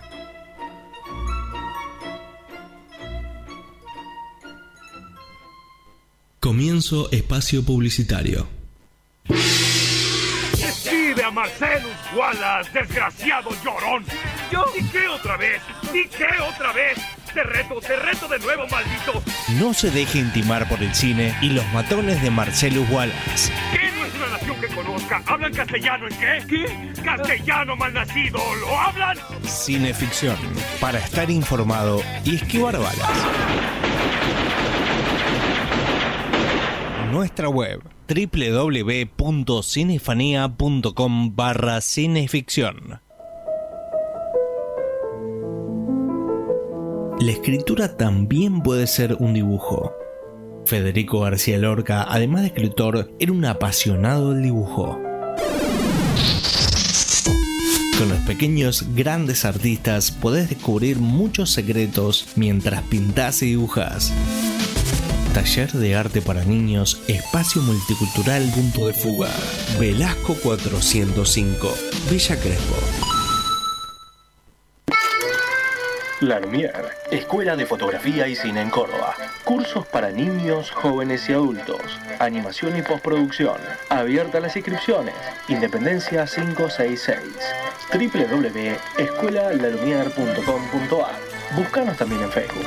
Comienzo espacio publicitario.
Escribe a Marcelus Wallace, desgraciado llorón. ¿Yo? ¿Y qué otra vez? ¿Y qué otra vez? Te reto, te reto de nuevo, maldito.
No se deje intimar por el cine y los matones de Marcelo Wallace.
¿Qué no es una nación que conozca? ¿Hablan castellano en qué? ¿Qué? ¡Castellano malnacido! ¿Lo hablan?
Cineficción, para estar informado y esquivar balas. Nuestra web www.cinefanía.com barra cineficción. La escritura también puede ser un dibujo. Federico García Lorca, además de escritor, era un apasionado del dibujo. Con los pequeños grandes artistas podés descubrir muchos secretos mientras pintás y dibujas. Taller de Arte para Niños, Espacio Multicultural Punto de Fuga, Velasco 405, Villa Crespo.
La Lumière, Escuela de Fotografía y Cine en Córdoba. Cursos para niños, jóvenes y adultos. Animación y postproducción. Abierta las inscripciones. Independencia 566. www.escuelalalumière.com.ar. Búscanos también en Facebook.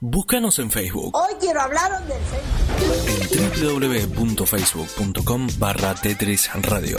Búscanos en Facebook,
Hoy quiero hablaros del
www.facebook.com barra Tetris Radio.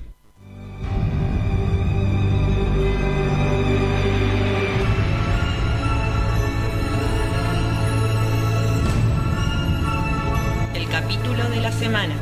El capítulo de la semana.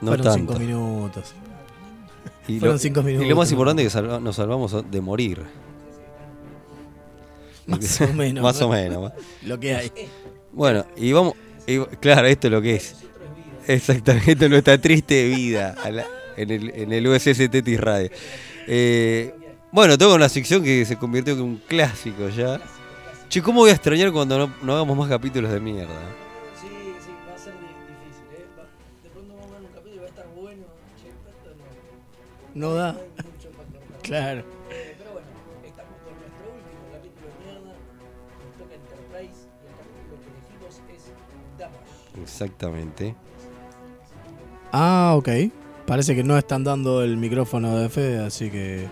No
Fueron
tanto.
cinco minutos.
Y
Fueron
lo,
cinco
y
minutos.
lo más importante es que salva- nos salvamos de morir.
Más o menos.
Más o menos.
Lo que hay.
Bueno, y vamos. y- claro, esto es lo que es. Exactamente, nuestra triste vida a la- en, el, en el USS Tetis Radio. Eh, bueno, tengo una sección que se convirtió en un clásico ya. Che, ¿cómo voy a extrañar cuando no, no hagamos más capítulos de mierda?
No da. Claro.
Exactamente.
Ah, ok. Parece que no están dando el micrófono de Fede, así que.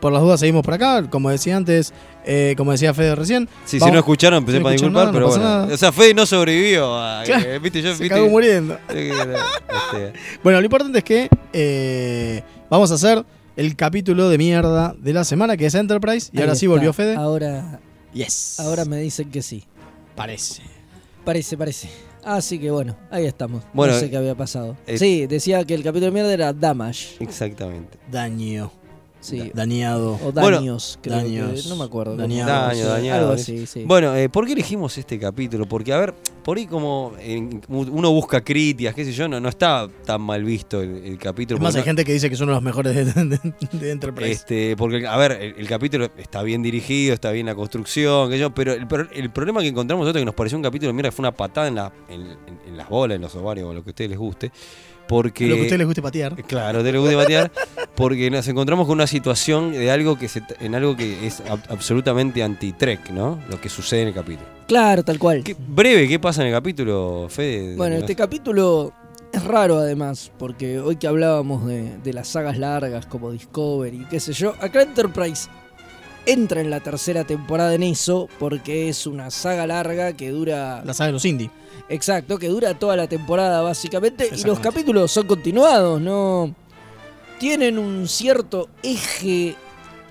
Por las dudas seguimos por acá, como decía antes, eh, como decía Fede recién.
Sí, si
vamos-
no escucharon, empecé
si no
para
escucharon
disculpar,
nada, no
pero
pasa
bueno.
nada.
O sea, Fede no sobrevivió. a-
Claro,
eh, ¿viste? Yo,
se
viste-
cagó muriendo.
Este,
Bueno, lo importante es que eh, vamos a hacer el capítulo de mierda de la semana, que es Enterprise. Y
Ahí
ahora sí
está.
volvió Fede.
Ahora.
Yes.
Ahora me dicen que sí.
Parece.
Parece, parece. Así que bueno, ahí estamos.
Bueno,
no sé qué había pasado.
eh,
sí, decía que el capítulo de mierda era Damage.
Exactamente.
Daño.
Sí. Oh,
Da- dañado.
O daños, creo que- no me acuerdo cómo-
Dañados.
Daño, dañado.
Algo
¿ves?
así, sí.
Bueno, eh, ¿por qué elegimos este capítulo? Porque, a ver, por ahí como en- uno busca críticas, qué sé yo, no, no está tan mal visto el, el capítulo.
Es más,
porque
hay
no-
gente que dice que es uno de los mejores de, de- de Enterprise.
este, porque, a ver, el, el capítulo está bien dirigido, está bien la construcción, qué sé yo, pero el, pro- el problema que encontramos nosotros, que nos pareció un capítulo, mira, fue una patada en, la- en- en- en las bolas, en los ovarios, o lo que a ustedes les guste. Porque,
Lo que a ustedes les guste patear.
Claro, te lo guste patear, porque nos encontramos con una situación de algo que se, en algo que es ab- absolutamente anti-trek, ¿no? Lo que sucede en el capítulo.
Claro, tal cual.
Breve, ¿qué pasa en el capítulo, Fede?
Bueno,
No-
este capítulo es raro además, porque hoy que hablábamos de, de las sagas largas como Discovery, qué sé yo, acá Enterprise entra en la tercera temporada en eso, porque es una saga larga que dura...
La saga de los indie.
Exacto, que dura toda la temporada básicamente, y los
Exactamente.
capítulos son continuados, ¿no? Tienen un cierto eje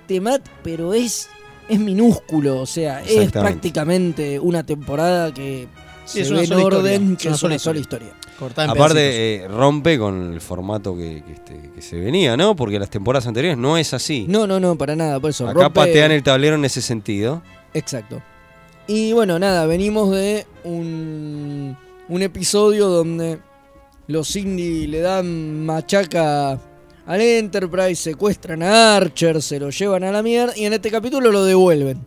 temático, pero es, es minúsculo, o sea, es
Exactamente.
prácticamente una temporada que...
Sí,
se
es una
ve en
sola historia,
orden,
es
que
una
es una
sola
sola historia.
Cortá en pedacitos.
Aparte, eh, rompe con el formato que, que, este, que se venía, ¿no? Porque las temporadas anteriores no es así.
No, no, no, para nada, por eso.
Acá
rompe-
patean el tablero en ese sentido.
Exacto. Y bueno, nada, venimos de un, un episodio donde los indie le dan machaca al Enterprise, secuestran a Archer, se lo llevan a la mierda y en este capítulo lo devuelven.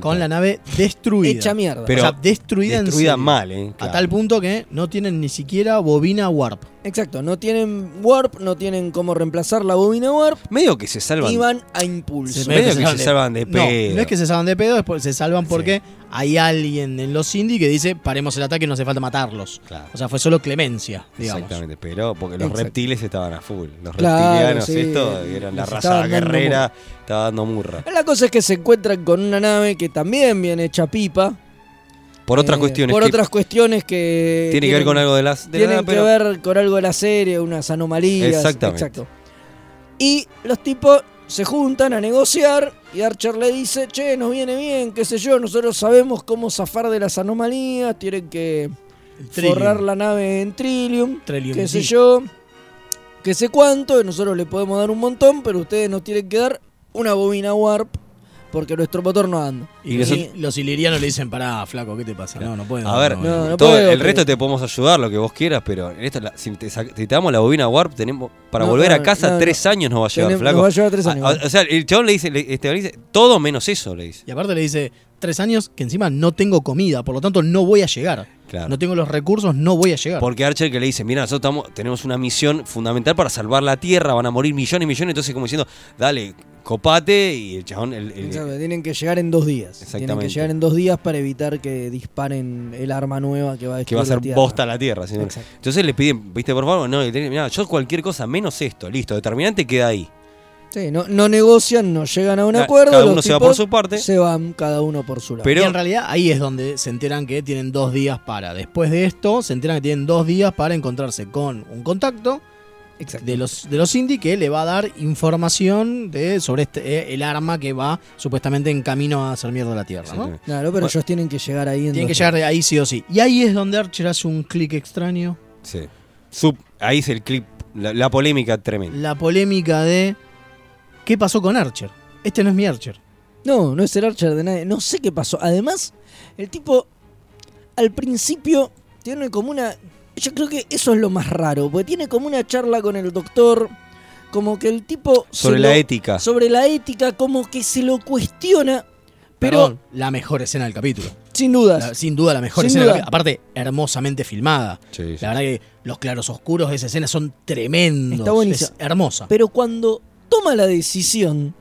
Con la nave destruida.
Hecha mierda.
eh, Pero
o sea, destruida, en
destruida
serio.
mal, ¿eh? Claro.
A tal punto que no tienen ni siquiera bobina warp.
Exacto, no tienen warp, no tienen cómo reemplazar la bobina warp
Medio que se salvan.
y van a impulso.
medio que se salvan de pedo.
No, no es que se salvan de pedo, es por- se salvan porque hay alguien en los indie que dice paremos el ataque, no hace falta matarlos. O sea, fue solo clemencia, digamos.
Exactamente, pero porque los
Exacto.
reptiles estaban a full. Los
Claro,
reptilianos,
sí,
esto, eran la
les
raza
estaban dando
guerrera, estaba dando murra.
La cosa es que se encuentran con una nave que también viene hecha pipa.
Por otras
Eh,
cuestiones.
Por
que
otras cuestiones que.
Tiene que ver
tienen-
con algo de las- de la-
tienen que
pero-
ver con algo de la serie, unas anomalías.
Exactamente.
Exacto. Y los tipos se juntan a negociar y Archer le dice: Che, nos viene bien, qué sé yo, nosotros sabemos cómo zafar de las anomalías, tienen que
Trillium.
forrar la nave en Trillium,
Trillium,
qué sé
sí.
yo, qué sé cuánto, y nosotros le podemos dar un montón, pero ustedes nos tienen que dar una bobina warp porque nuestro motor no anda.
Y los, los ilirianos le dicen, pará, flaco, ¿qué te pasa? No, no puedo.
A ver,
no, no
todo-
puedo,
el
pero-
resto te podemos ayudar, lo que vos quieras, pero en esto, la- si, te, sac- si te damos la bobina Warp, tenemos, para
No,
volver a
no,
casa,
no,
tres
no.
años nos va a llevar,
Tenemos-
flaco.
nos va a llevar tres
A-
años.
a- o sea, el chabón le dice, le- Esteban le dice, todo menos eso, le dice.
Y aparte le dice, tres años que encima no tengo comida, por lo tanto no voy a llegar.
Claro.
No tengo los recursos, no voy a llegar.
Porque Archer que le dice, mira, nosotros tamo- tenemos una misión fundamental para salvar la Tierra, van a morir millones y millones, entonces como diciendo, dale, copate, y el chabón, el- el-
Exacto, tienen que llegar en dos días. Tienen que
Eh, Exactamente.
llegar en dos días para evitar que disparen el arma nueva que va a
que
destruir
va a ser
la Tierra.
bosta la Tierra. ¿sí?
Exacto.
Entonces le piden, viste, por favor, no, y le- mirá, yo cualquier cosa menos esto, listo, determinante queda ahí.
Sí, no, no negocian, no llegan a un
Ca-
acuerdo.
cada
los
uno se va
tipos
por su parte.
Se van cada uno por su lado.
y en realidad ahí es donde se enteran que tienen dos días para. Después de esto, se enteran que tienen dos días para encontrarse con un contacto de los de los indie que le va a dar información de sobre este, eh, el arma que va supuestamente en camino a hacer mierda a la Tierra. ¿no?
Claro, pero ellos tienen que llegar ahí. En
Tienen que
dos
llegar
días.
ahí sí o sí. Y ahí es donde Archer hace un clic extraño.
Sí. Sub- ahí es el clip, la, la polémica tremenda.
La polémica de ¿qué pasó con Archer? Este no es mi Archer.
No, no es el Archer de nadie. No sé qué pasó. Además, el tipo al principio tiene como una... Yo creo que eso es lo más raro, porque tiene como una charla con el doctor, como que el tipo... se
Sobre la
lo-
Ah.
ética.
Sobre la ética, como que se lo cuestiona, pero
Perdón, la mejor escena del capítulo.
sin dudas.
La- sin duda la mejor
Sin
escena.
duda.
del capi- Aparte, hermosamente filmada. La verdad que los claros oscuros de esa escena son tremendos.
Está buenísimo.
Es hermosa.
Pero cuando toma la decisión,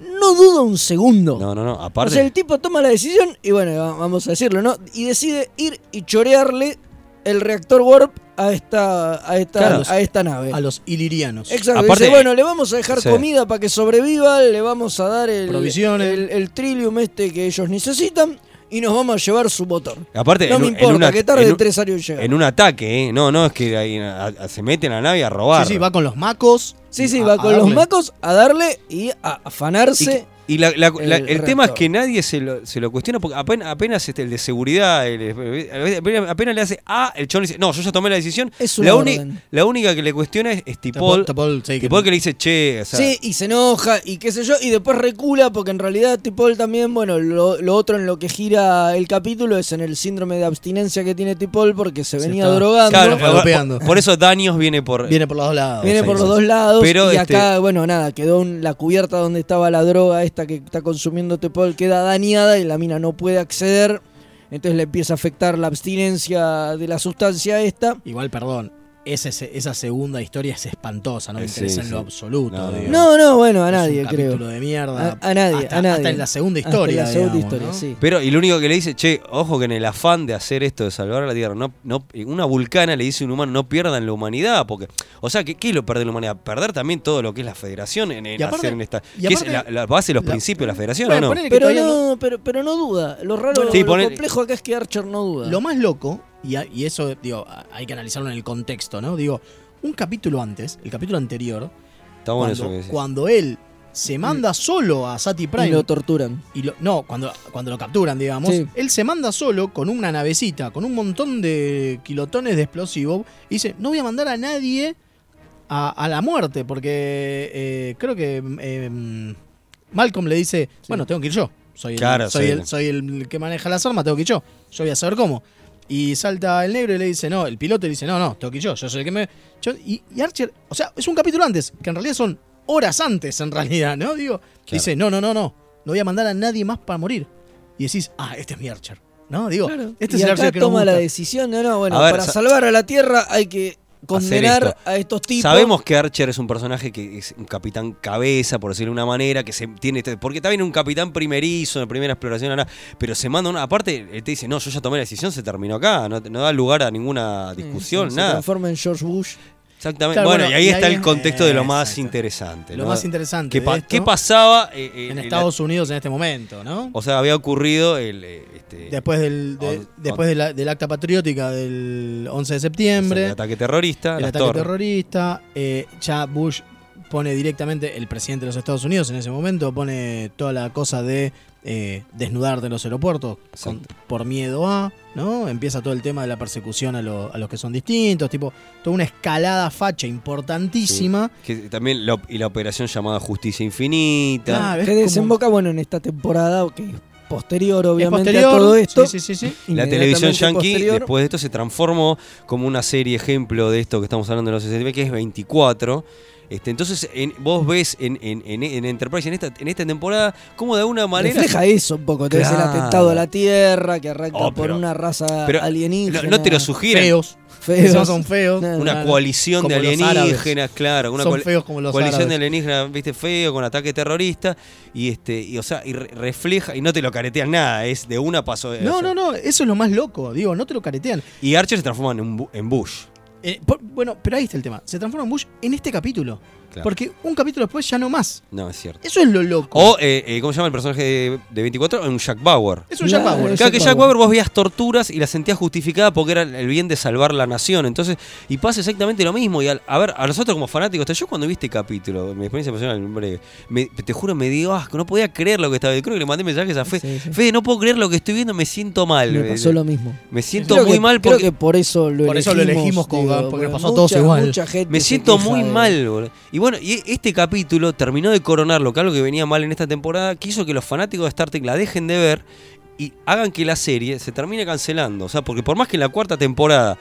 no duda un segundo.
No, no, no,
O
aparte.
sea, el tipo toma la decisión y bueno, va- vamos a decirlo, ¿no? Y decide ir y chorearle el reactor warp a esta, a esta,
Claro.
a esta nave.
A los ilirianos.
eh, Exacto,
Aparte-
dice, bueno, le vamos a dejar
Sí.
comida para que sobreviva, le vamos a dar el,
Provisiones.
el, el trillium este que ellos necesitan y nos vamos a llevar su motor.
Ah,
Aparte,
no
en
me
un- en
importa,
una-
que tarde
en un-
tres años llega.
En un ataque, ¿eh? No, no, es que ahí, a- a- se mete en la nave a robar.
Sí, sí, va con los macos.
Sí, sí,
a-
va
a
con los
darle.
macos a darle y a afanarse.
Y, que- y la- la- la-
el
el, tema es
reactor.
que nadie se lo, se lo cuestiona porque apenas, apenas este, el de seguridad, el- apenas, apenas le hace ah, el chon dice, no, yo ya tomé la decisión.
Es una
la, uni-
orden.
la única que le cuestiona es, es Tipol.
Tipol, sí, que-
Tipol que le dice, che, o sea,
sí, y se enoja y qué sé yo, y después recula porque en realidad Tipol también, bueno, lo, lo otro en lo que gira el capítulo es en el síndrome de abstinencia que tiene Tipol porque se, venía
está-
drogando.
Claro, por-
Golpeando.
por, por eso Daños viene por...
Viene por los dos lados.
Viene por los dos lados
Pero,
y
este,
acá, bueno, nada, quedó un- la cubierta donde estaba la droga esta que está consumiendo Tipol queda dañada y la mina no puede acceder. Entonces le empieza a afectar la abstinencia de la sustancia esta.
Igual, perdón. esa- esa- esa segunda historia es espantosa. No me
Sí,
interesa en
Eh, sí.
lo absoluto.
No, no.
digo.
No, no, bueno, a
Es
nadie
un
creo.
capítulo de mierda.
A, a nadie,
Hasta-
a nadie.
hasta en la segunda
Hasta
historia,
en la segunda
digamos,
historia,
¿no?
sí.
Pero, y lo único que le dice, che, ojo que en el afán de hacer esto, de salvar a la Tierra, no, no, una vulcana le dice a un humano, no pierdan la humanidad, porque, o sea, ¿qué, qué es lo perder la humanidad? Perder también todo lo que es la federación en, en
Y aparte-
hacer en esta...
y
que es la,
aparte-
la base, los
la-
principios de la federación,
Bueno,
¿o no?
ponele que
Pero
todavía
no, pero, pero no duda. Lo raro,
Bueno, sí,
lo
ponele-
complejo acá es que Archer no duda.
Lo más loco, y, a- y eso, digo, a- hay que analizarlo en el contexto, ¿no? Digo, un capítulo antes, el capítulo anterior,
Está bueno
cuando,
eso que decís.
cuando él se manda solo a Sati Prime.
Y lo torturan.
y lo- no, cuando, cuando lo capturan, digamos,
Sí.
él se manda solo con una navecita, con un montón de kilotones de explosivo, y dice, no voy a mandar a nadie a, a la muerte, porque eh, creo que eh, Malcolm le dice, bueno, tengo que ir yo, soy, el,
Claro,
soy,
sí.
el, soy el que maneja las armas, tengo que ir yo, yo voy a saber cómo. Y salta el negro y le dice, no, el piloto le dice, no, no, tengo que ir yo, yo soy el que me... yo- y, y Archer, o sea, es un capítulo antes, que en realidad son horas antes, en realidad, ¿no? Digo, dice, no, no, no, no, no voy a mandar a nadie más para morir. Y decís, ah, este es mi Archer, ¿no? Digo,
Claro.
este
y
es el
acá
Archer que nos
toma la
gusta.
decisión. No, no, bueno,
A ver,
para
sa-
salvar a la Tierra hay que condenar
esto.
a estos tipos.
Sabemos que Archer es un personaje que es un capitán cabeza, por decirlo de una manera, que se tiene. este- Porque también un capitán primerizo, en la primera exploración, nada, pero se manda una. Aparte, él te dice, no, yo ya tomé la decisión, se terminó acá. No, no da lugar a ninguna discusión,
Sí, Eh, Se
nada.
transforma en George Bush.
Exactamente.
Claro,
bueno,
bueno,
y ahí
y
está
ahí-
el contexto de lo más
Eh, Exacto.
interesante.
Lo
¿no?
más interesante
¿Qué,
de
pa-
esto-
qué pasaba? eh, eh,
En
la-
Estados Unidos en este momento, ¿no?
O sea, había ocurrido el. eh, este,
Después del, de-
on-
después de la- del acta patriótica del 11 de septiembre,
el ataque terrorista.
el
las
ataque
torres.
terrorista, eh, ya Bush pone directamente el presidente de los Estados Unidos en ese momento, pone toda la cosa de eh, desnudarte en los aeropuertos con- por miedo a, ¿no? Empieza todo el tema de la persecución a, lo- a los que son distintos, tipo, toda una escalada facha importantísima.
Que también la, op- y la operación llamada Justicia Infinita.
Claro, es
que
como-
desemboca, bueno, en esta temporada, que es posterior, obviamente,
posterior,
a todo esto.
sí, sí, sí, sí.
La
Inmediatamente
televisión yankee
posterior.
después de esto se transformó como una serie ejemplo de esto que estamos hablando de los 69, que es 24. Este, entonces en- vos ves en, en- en- en Enterprise, en esta, en esta temporada, como de alguna manera...
Refleja eso un poco. Te ves el
Claro.
atentado a la Tierra que arranca
Oh,
por
pero-
una raza
pero
alienígena.
no- no te lo sugieren.
Feos.
Feos.
Esos son feos.
Nada.
Una coalición de
Como los árabes.
alienígenas, claro. Una
Son
coal-
feos como los
Coalición de
árabes.
alienígenas, viste, feo, con ataque terrorista. Y este, y, o sea, y re- refleja, y no te lo caretean nada, es de una paso. o
No,
sea,
no, no, eso es lo más loco, digo, no te lo caretean.
Y Archer se transforma en, un bu- en Bush.
Eh, por- bueno, pero ahí está el tema. Se transforma en Bush en este capítulo.
Claro.
Porque un capítulo después ya no más.
No, es cierto.
Eso es lo loco.
O, eh, eh, ¿cómo se llama el personaje de, de 24? Un Jack Bauer.
Es un Jack Claro, Bauer. es
Claro,
Jack
que Jack
Bauer.
Bauer vos veías torturas y las sentías justificada porque era el bien de salvar la nación. Entonces, y pasa exactamente lo mismo. Y al- a ver, a nosotros como fanáticos, hasta yo cuando vi este capítulo, mi experiencia personal, en breve, me- te juro, me dio asco. No podía creer lo que estaba Creo que le mandé mensajes a Fede. Fede, no puedo creer lo que estoy viendo, me siento mal. eh,
Me pasó lo mismo.
Me siento
Creo que-
muy mal
creo
porque.
que por eso lo
Por eso lo elegimos con-
digo,
porque nos
bueno,
pasó a todos
mucha-
igual.
mucha gente
Me
se
siento
queja
muy
de-
mal, boludo. Y bueno, y este capítulo terminó de coronar lo que algo que venía mal en esta temporada, que hizo que los fanáticos de Star Trek la dejen de ver y hagan que la serie se termine cancelando. O sea, porque por más que en la cuarta temporada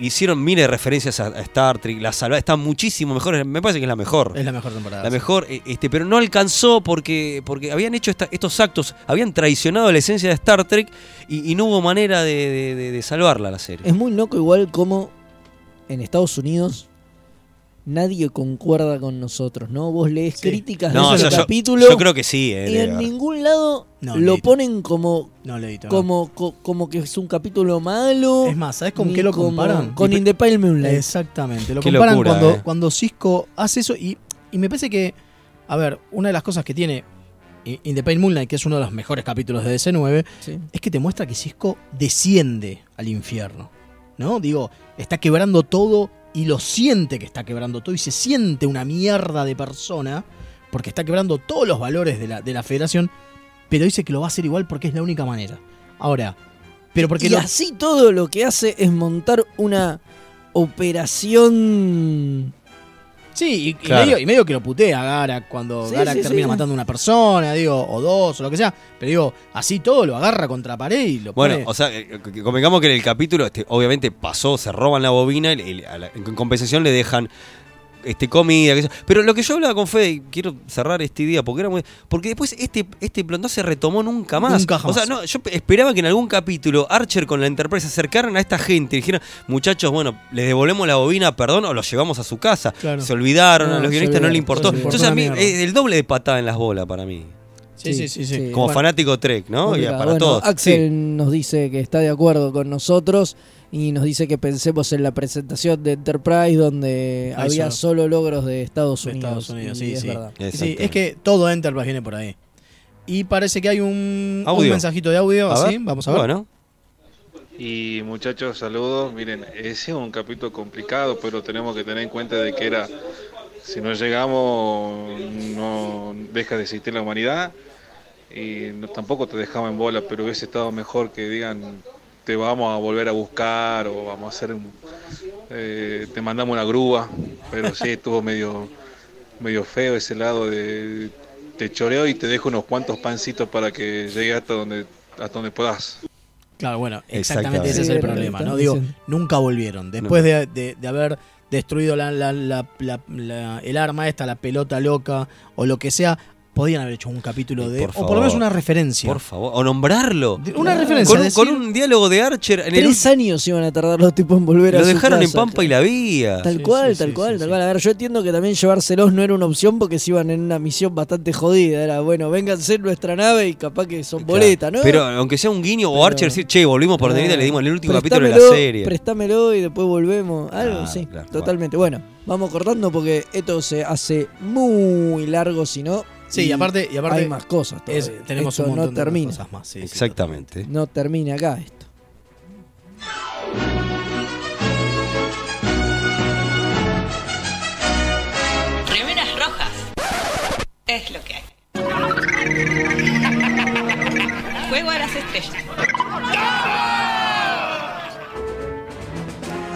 hicieron miles de referencias a a Star Trek, la salva está muchísimo mejor, me parece que es la mejor.
Es la mejor temporada.
La mejor, eh, este, pero no alcanzó porque, porque habían hecho esta- estos actos, habían traicionado la esencia de Star Trek y, y no hubo manera de, de- de- de salvarla la serie.
Es muy loco igual como en Estados Unidos nadie concuerda con nosotros, ¿no? Vos lees críticas
No,
de
o
esos
sea, yo-
capítulos
yo creo que sí, eh,
y
debe
en
haber.
ningún lado
No,
lo
leíto.
ponen como
No, leíto, no.
como co- como que es un capítulo malo.
Es más, ¿sabes con
ni
qué lo
como-
comparan?
Con
Ni-
In the Pale Moonlight.
Exactamente. Lo
Qué
comparan
locura,
cuando,
eh.
cuando Cisco hace eso. Y, y me parece que, a ver, una de las cosas que tiene In In the Pale Moonlight, que es uno de los mejores capítulos de DC9, es que te muestra que Cisco desciende al infierno. ¿No? Digo, está quebrando todo y lo siente que está quebrando todo y se siente una mierda de persona porque está quebrando todos los valores de la, de la federación, pero dice que lo va a hacer igual porque es la única manera. Ahora, pero porque
y
lo-
así todo lo que hace es montar una operación
Sí, y, y
Claro.
medio, y medio que lo putea a Garak cuando
Sí,
Garak
sí,
termina
sí.
matando a una persona, digo, o dos, o lo que sea. Pero digo, así todo lo agarra contra pared y lo
Bueno,
pone.
o sea, eh, que- que convengamos que en el capítulo, este, obviamente pasó, se roban la bobina, y- y a la- en compensación le dejan este, comida, qué sé yo. pero lo que yo hablaba con Fede, y quiero cerrar este día, porque era muy- porque después este, este plot no se retomó nunca más.
Nunca jamás.
O sea, no, yo pe- esperaba que en algún capítulo Archer con la Enterprise se acercaran a esta gente y dijeran, muchachos, bueno, les devolvemos la bobina, perdón, o los llevamos a su casa.
Claro.
Se olvidaron,
No,
a
se
los guionistas no
olvidaron,
le
se
importó.
olvidaron.
Entonces a mí,
Una mierda.
eh, el doble de patada en las bolas para mí.
Sí, sí, sí, sí. Sí,
Como
bueno.
fanático Trek, ¿no? Y
Eh, Complicado.
para
Bueno,
todos.
Axel nos dice que está de acuerdo con nosotros y nos dice que pensemos en la presentación de Enterprise donde
Ahí
había
solo.
solo logros de Estados
de
Unidos.
Estados Unidos,
y
sí,
es
sí.
verdad.
Y sí, es que todo Enterprise viene por ahí. Y parece que hay un, un
Audio.
mensajito de audio,
A
así,
ver.
vamos a ver.
Bueno. Y muchachos, saludos. Miren, ese es un capítulo complicado, pero tenemos que tener en cuenta de que era, si no llegamos, no deja de existir la humanidad y no- tampoco te dejamos en bola, pero hubiese estado mejor que digan, te vamos a volver a buscar o vamos a hacer, un- eh, te mandamos una grúa, pero sí, estuvo medio, medio feo ese lado de te choreo y te dejo unos cuantos pancitos para que llegue hasta donde, hasta donde puedas.
Claro, bueno,
Exactamente.
exactamente, ese es
Sí,
el
era lo que
problema, ¿no?
estaban
Digo,
diciendo.
nunca volvieron. Después de, de- de haber destruido la- la- la- la- la- el arma esta, la pelota loca o lo que sea, podían haber hecho un capítulo de... o por lo menos una referencia.
Por favor, o nombrarlo.
una referencia,
Con, un-
decir-
con un diálogo de Archer en el.
Tres años iban a tardar los tipos en volver a
Lo
su
dejaron en
casa,
Pampa y la Vía.
Tal cual, tal cual, tal cual. A ver, yo entiendo que también llevárselos no era una opción porque se iban en una misión bastante jodida. Era, bueno, vénganse en nuestra nave y capaz que son boletas, ¿no?
Pero aunque sea un guiño o Archer decir, che, volvimos por Denita, le dimos el último capítulo de la
Préstamelo,
serie.
Préstamelo Ah. y después volvemos. Algo,
Claro,
sí,
claro,
totalmente. Bueno. vamos cortando porque esto se hace muy largo, si no.
Sí, y aparte, y aparte
Hay más cosas. todavía.
es- tenemos
Esto
un montón
no
de otras
termina.
cosas más. sí, sí,
Exactamente.
No termina acá esto.
Remeras rojas.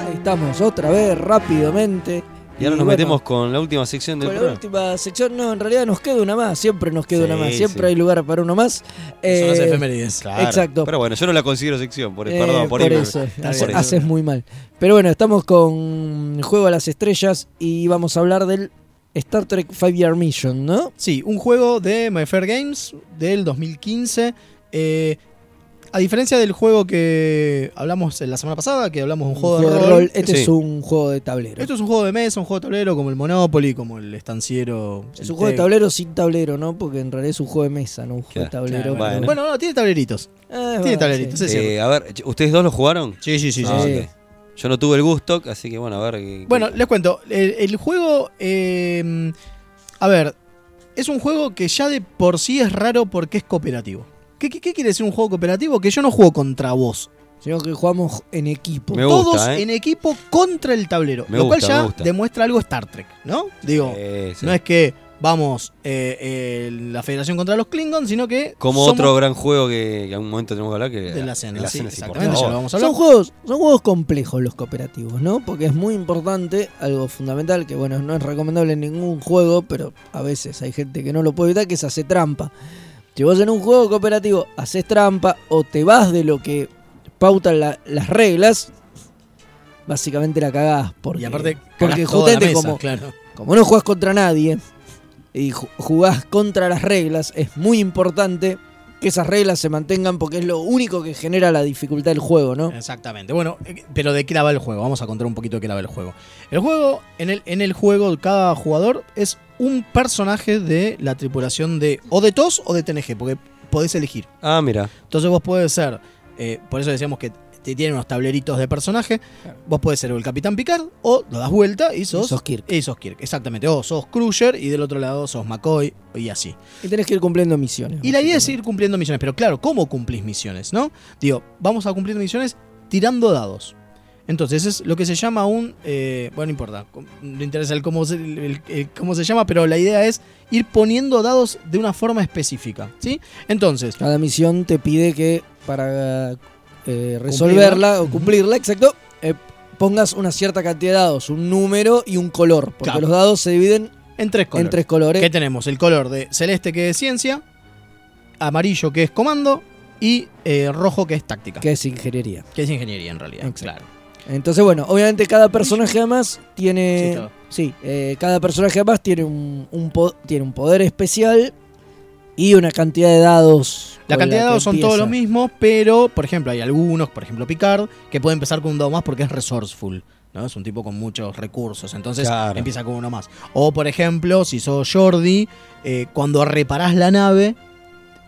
conectamos otra vez rápidamente.
Y ahora nos
bueno,
metemos con la última sección del
Con la
programa.
última sección, no, en realidad nos queda una más, siempre nos queda una
Sí,
más, siempre
sí.
hay lugar para uno más.
Son las
Eh,
efemérides.
Claro.
Exacto.
Pero bueno, yo no la considero sección, por,
Eh,
perdón, por, irme.
eso,
Está
hace-
bien.
haces muy mal. Pero bueno, estamos con Juego a las Estrellas y vamos a hablar del Star Trek Five Year Mission, ¿no?
Sí, un juego de My Fair Games del 2015. Eh, a diferencia del juego que hablamos en la semana pasada, que hablamos de un juego, de, rol,
Este es un juego de tablero.
Esto es un juego de mesa, un juego de tablero como el Monopoly, como el estanciero.
Es un juego de tablero sin tablero, ¿no? Porque en realidad es un juego de mesa, no un juego de tablero. Eh,
bueno. no, tiene tableritos. tiene
bueno,
tableritos,
Ah, sí.
es
Eh,
cierto.
a ver, ¿ustedes dos lo jugaron?
Sí, sí, sí,
Ah,
sí, sí.
ok. Yo no tuve el gusto, así que bueno, a ver. qué-
Bueno, les cuento. El, el juego. eh, a ver. Es un juego que ya de por sí es raro porque es cooperativo. ¿Qué, qué- qué quiere decir un juego cooperativo? Que yo no juego contra vos.
Sino que jugamos en equipo.
Me
Todos
gusta, ¿eh?
en equipo contra el tablero.
Me
lo cual
gusta, me
ya
gusta.
demuestra algo Star Trek, ¿no? Digo,
Sí, sí.
no es que vamos eh, eh, la Federación contra los Klingons, sino que.
Como
somos-
otro gran juego que, que algún momento tenemos que hablar. Que
De la cena, sí,
por
exactamente,
favor.
ya lo vamos
Son juegos, son juegos complejos los cooperativos, ¿no? Porque es muy importante, algo fundamental, que bueno, no es recomendable en ningún juego, pero a veces hay gente que no lo puede evitar, que es hacer trampa. Si vos en un juego cooperativo haces trampa o te vas de lo que pautan la- las reglas, básicamente la cagás. Porque,
Y aparte,
porque
cagás toda la
justamente
mesa,
como,
claro.
como no jugás contra nadie y ju- jugás contra las reglas, es muy importante que esas reglas se mantengan porque es lo único que genera la dificultad del juego, ¿no?
Exactamente. Bueno, eh, pero de qué la va el juego. Vamos a contar un poquito de qué la va el juego. El juego, en el, en el juego, cada jugador es un personaje de la tripulación de o de TOS o de TNG, porque podés elegir.
Ah, mira.
Entonces vos podés ser, eh, por eso decíamos que te tienen unos tableritos de personaje. Vos podés ser o el Capitán Picard o lo das vuelta y sos,
Y sos Kirk.
y sos Kirk, exactamente. O sos Crusher y del otro lado sos McCoy y así.
Y tenés que ir cumpliendo misiones.
Y la idea es ir cumpliendo misiones, pero claro, ¿cómo cumplís misiones, no? Digo, vamos a cumplir misiones tirando dados. Entonces es lo que se llama un... eh, bueno, no importa, com- no interesa el cómo, se, el- el- el cómo se llama, pero la idea es ir poniendo dados de una forma específica, ¿sí? Entonces...
Cada misión te pide que para eh, resolverla o cumplirla, exacto, eh, pongas una cierta cantidad de dados, un número y un color. Porque
Claro.
los dados se dividen
en tres
En tres colores.
¿Qué tenemos? El color de celeste que es ciencia, amarillo que es comando y eh, rojo que es táctica.
que es ingeniería.
Que es ingeniería en realidad, claro.
Entonces, bueno, obviamente cada personaje además
Sí,
tiene.
todo.
Sí, eh, cada personaje además tiene un, un po- tiene un poder especial y una cantidad de dados.
La
con
cantidad de
que
dados son todos
empieza.
los mismos, pero, por ejemplo, hay algunos, por ejemplo, Picard, que puede empezar con un dado más porque es resourceful. ¿no? Es un tipo con muchos recursos, entonces
Claro.
empieza con uno más. O, por ejemplo, si sos Jordi, eh, cuando reparás la nave,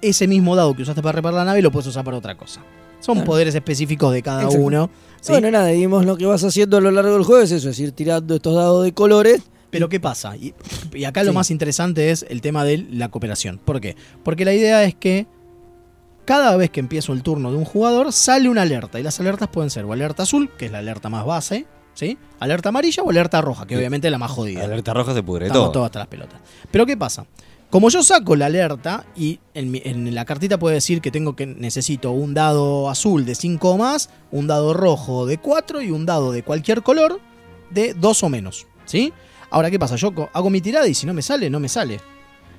ese mismo dado que usaste para reparar la nave lo puedes usar para otra cosa. Son
Claro.
poderes específicos de cada
Exacto.
uno. ¿sí?
Bueno, nada, digamos lo que vas haciendo a lo largo del juego es eso, es ir tirando estos dados de colores.
Pero ¿qué pasa? Y, y acá lo
Sí.
más interesante es el tema de la cooperación. ¿Por qué? Porque la idea es que cada vez que empieza el turno de un jugador sale una alerta. Y las alertas pueden ser o alerta azul, que es la alerta más base, ¿sí? Alerta amarilla o alerta roja, que obviamente es la más jodida.
Alerta roja se pudre
Estamos
todo.
todos hasta las pelotas. Pero ¿qué pasa? Como yo saco la alerta y en, mi- en la cartita puede decir que tengo que necesito un dado azul de 5 o más, un dado rojo de 4 y un dado de cualquier color de 2 o menos, ¿sí? Ahora, ¿qué pasa? Yo co- hago mi tirada y si no me sale, no me sale.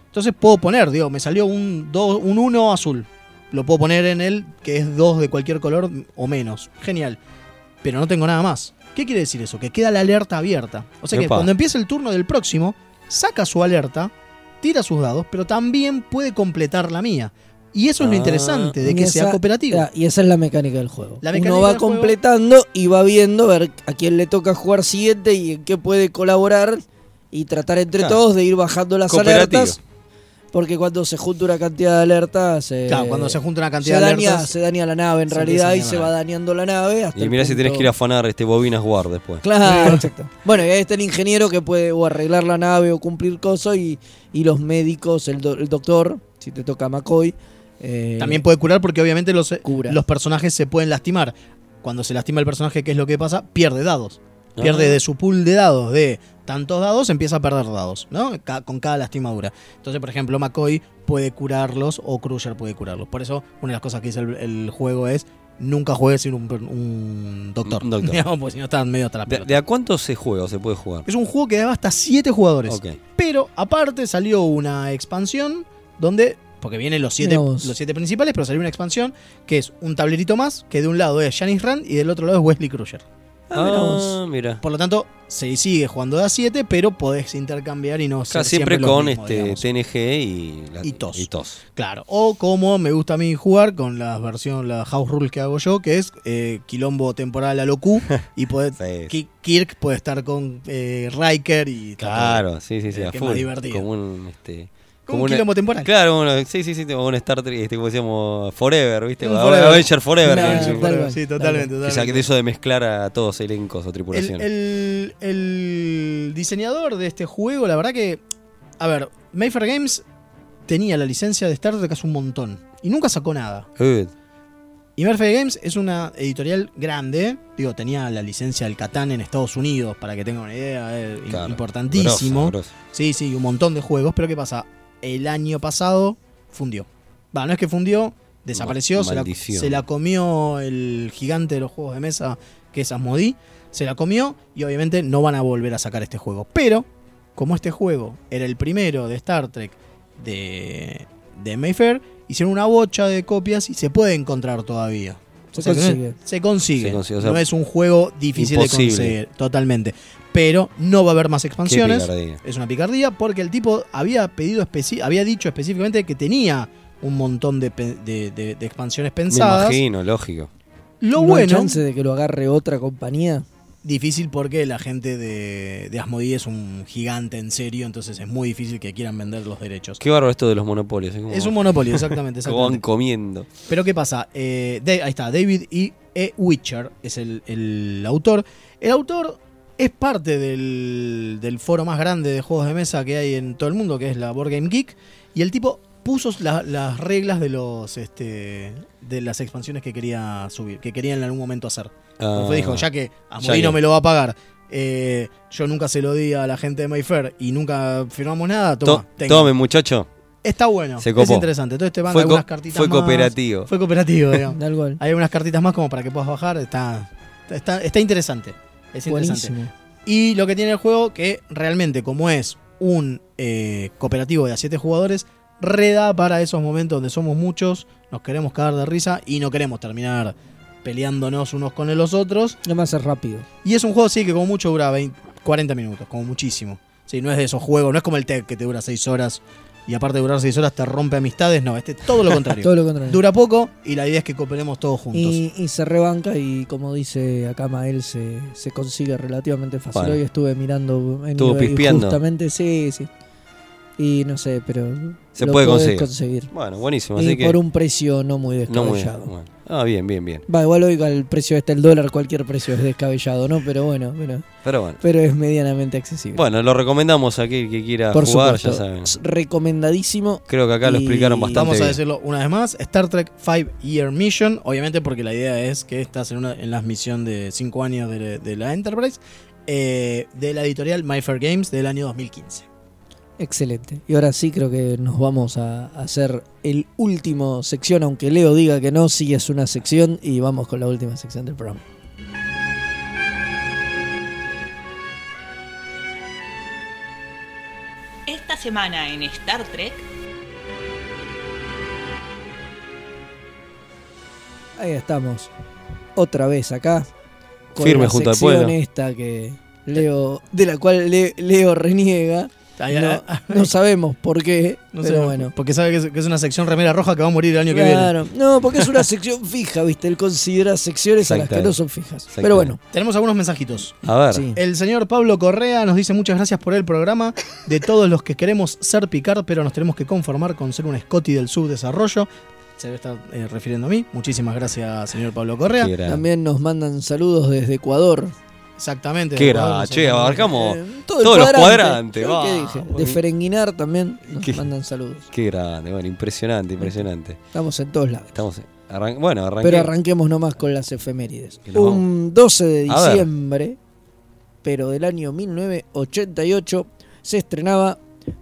Entonces puedo poner, digo, me salió un 2 un 1 azul. Lo puedo poner en el que es 2 de cualquier color o menos. Genial. Pero no tengo nada más. ¿Qué quiere decir eso? Que queda la alerta abierta. O sea que
Epa.
cuando empieza el turno del próximo, saca su alerta, tira sus dados, pero también puede completar la mía. Y eso es lo interesante de
Y
que sea
esa-
cooperativo.
ah, Y esa es la mecánica del juego.
La mecánica
Uno va
del juego-
completando y va viendo a ver a quién le toca jugar siguiente y en qué puede colaborar y tratar entre
Claro.
todos de ir bajando las
Cooperativo.
alertas. Porque cuando se junta una cantidad de alertas. eh,
Claro, cuando se junta una cantidad
se
de
daña-
alertas-
se daña la nave en
Se empieza
realidad
a
y
dañar
se
la
va dañando la nave. Hasta
Y mirá si tenés que ir a afanar este bobinas guard después.
Claro, exacto. Bueno, y ahí está el ingeniero que puede o arreglar la nave o cumplir cosas y, y los médicos, el, do- el doctor, si te toca McCoy. eh,
También puede curar porque obviamente los, eh, los personajes se pueden lastimar. Cuando se lastima el personaje, ¿qué es lo que pasa? Pierde dados.
Ah.
Pierde de su pool de dados, de tantos dados, empieza a perder dados, ¿no? Ca- con cada lastimadura. Entonces, por ejemplo, McCoy puede curarlos o Crusher puede curarlos. Por eso, una de las cosas que dice el, el juego es nunca juegues sin un, un doctor.
Un doctor.
Digamos, porque si no están medio hasta la
¿De,
pelota.
de a cuántos se juega o se puede jugar?
Es un juego que daba hasta 7 jugadores.
Ok.
Pero aparte salió una expansión donde. Porque vienen los 7
Mirá vos.
los siete principales, pero salió una expansión que es un tablerito más, que de un lado es Janice Rand y del otro lado es Wesley Crusher.
Ah, mira.
Por lo tanto, se sigue jugando de a 7, pero podés intercambiar y no
Acá
ser
siempre,
los
con
mismos,
este
digamos.
TNG y, la-
Y tos.
y tos.
Claro. O como me gusta a mí jugar con la versión, la house rules que hago yo, que es eh, quilombo temporal a lo Q. y puede, Ki- Kirk puede estar con eh, Riker y está
Claro, sí, sí, sí,
Eh,
a
que es más
full.
divertido.
Como un este
Como un quilombo temporal.
Claro, bueno, sí, sí, sí, como un Star Trek, este, como decíamos, Forever, ¿viste?
Un
Ahora
Forever.
Avenger Forever.
Claro,
sí,
tal cual, sí, totalmente,
Que ya
totalmente.
de eso de mezclar a todos elencos o
El,
tripulaciones.
el- el diseñador de este juego, la verdad que. A ver, Mayfair Games tenía la licencia de Star Trek hace un montón. Y nunca sacó nada.
Eh,
Y Mayfair Games es una editorial grande. Digo, tenía la licencia del Catán en Estados Unidos, para que tengan una idea. eh, im-
Claro,
importantísimo.
grosso, grosso.
Sí, sí, un montón de juegos. Pero ¿qué pasa? El año pasado fundió. Va, no es que fundió, desapareció, se la,
maldición.
se la comió el gigante de los juegos de mesa, que es Asmodi, se la comió y obviamente no van a volver a sacar este juego. Pero, como este juego era el primero de Star Trek de, de Mayfair, hicieron una bocha de copias y se puede encontrar todavía.
Se
O sea, que
consigue.
no- Se consigue.
Se consigue, o sea,
no es un juego difícil
imposible.
de conseguir, totalmente. Pero no va a haber más expansiones.
Qué picardía.
Es una picardía porque el tipo había pedido especi- había dicho específicamente que tenía un montón de, pe- de- de- de expansiones
me
pensadas.
imagino, lógico.
Lo
¿No hay
bueno,
chance de que lo agarre otra compañía?
difícil porque la gente de, de Asmodee es un gigante en serio, entonces es muy difícil que quieran vender los derechos.
Qué bárbaro esto de los monopolios. como-
Es un monopolio, exactamente,
Como van
exactamente.
comiendo.
Pero ¿qué pasa? Eh, de- ahí está, David E. E. Witcher es el, el autor. El autor es parte del, del foro más grande de juegos de mesa que hay en todo el mundo, que es la Board Game Geek. Y el tipo puso la- las reglas de los este, de las expansiones que quería subir, que quería en algún momento hacer.
Ah,
Porque dijo, ya que
ya
Asmodee
que-
no me lo va a pagar, eh, yo nunca se lo di a la gente de Mayfair y nunca firmamos nada, toma,
To-
tenga.
Tome, muchacho.
Está bueno.
Se copó.
Es interesante. Entonces te van
Fue
algunas
co-
cartitas
fue
más.
cooperativo.
Fue cooperativo, digamos.
Tal cual.
Hay unas cartitas más como para que puedas bajar. Está, está, está interesante. Es interesante.
Buenísimo.
Y lo que tiene el juego, que realmente, como es un eh, cooperativo de a 7 jugadores, reda para esos momentos donde somos muchos, nos queremos cagar de risa y no queremos terminar peleándonos unos con los otros.
Además es rápido.
Y es un juego, sí, que como mucho dura 20 40 minutos, como muchísimo. Sí, no es de esos juegos, no es como el TEC que te dura 6 horas y aparte de durar 6 horas te rompe amistades. No, este todo lo contrario.
Todo lo contrario.
Dura poco y la idea es que cooperemos todos juntos.
Y, y se rebanca y como dice acá Mael, se, se consigue relativamente fácil.
Bueno.
Hoy estuve mirando en
Estuvo
eBay
pispeando.
Justamente, sí, sí. Y no sé, pero
Se
lo
puede
podés
conseguir.
conseguir.
Bueno, buenísimo.
Y
así que-
por un precio no muy
No muy
descabellado.
bueno. Ah, bien, bien, bien.
Va, igual hoy el precio está el dólar, cualquier precio es descabellado, ¿no? Pero bueno, bueno.
Pero bueno.
Pero es medianamente accesible.
Bueno, lo recomendamos a aquel que quiera
Por
jugar,
supuesto.
ya saben.
Es Recomendadísimo.
Creo que acá lo
Y
explicaron bastante
Vamos a
bien.
decirlo una vez más, Star Trek 5 Year Mission, obviamente porque la idea es que estás en, una, en la misión de 5 años de, de la Enterprise, eh, de la editorial My Fair Games del año 2015.
Excelente. Y ahora sí creo que nos vamos a hacer el último sección, aunque Leo diga que no, sí es una sección y vamos con la última sección del programa.
Esta semana en Star Trek,
Ahí estamos. Otra vez acá.
Firme
la
junto al
sección
pueblo.
esta que Leo, de la cual Le- Leo reniega.
Ay, ay,
No,
ay.
Eh, no sabemos por qué,
ah, No
pero
sé,
bueno.
Porque sabe que es, que es una sección remera roja que va a morir el año que viene.
Claro. No, porque es una sección fija, ¿viste? Él considera secciones a las que
Exactamente.
no son fijas. Pero bueno.
Tenemos algunos mensajitos.
A ver.
Sí.
El señor Pablo Correa nos dice muchas gracias por el programa. De todos los que queremos ser Picard, pero nos tenemos que conformar con ser un Scotty del subdesarrollo. Se debe estar eh, refiriendo a mí. Muchísimas gracias, señor Pablo Correa.
Qué grande.
También nos mandan saludos desde Ecuador. Eh,
Exactamente.
Qué
desde Ecuador,
era,
nos
che,
encontramos.
abarcamos
Todo el
Oh, todos los cuadrantes.
cuadrante. Yo
va.
¿Qué dije? De Ferenguinar también nos
Qué-
mandan saludos.
Qué grande, bueno, impresionante, impresionante.
Estamos en todos lados.
Estamos arran- bueno, arranqué.
Pero arranquemos nomás con las efemérides.
Que nos
Un 12 de
A ver.
diciembre, pero del año 1988, se estrenaba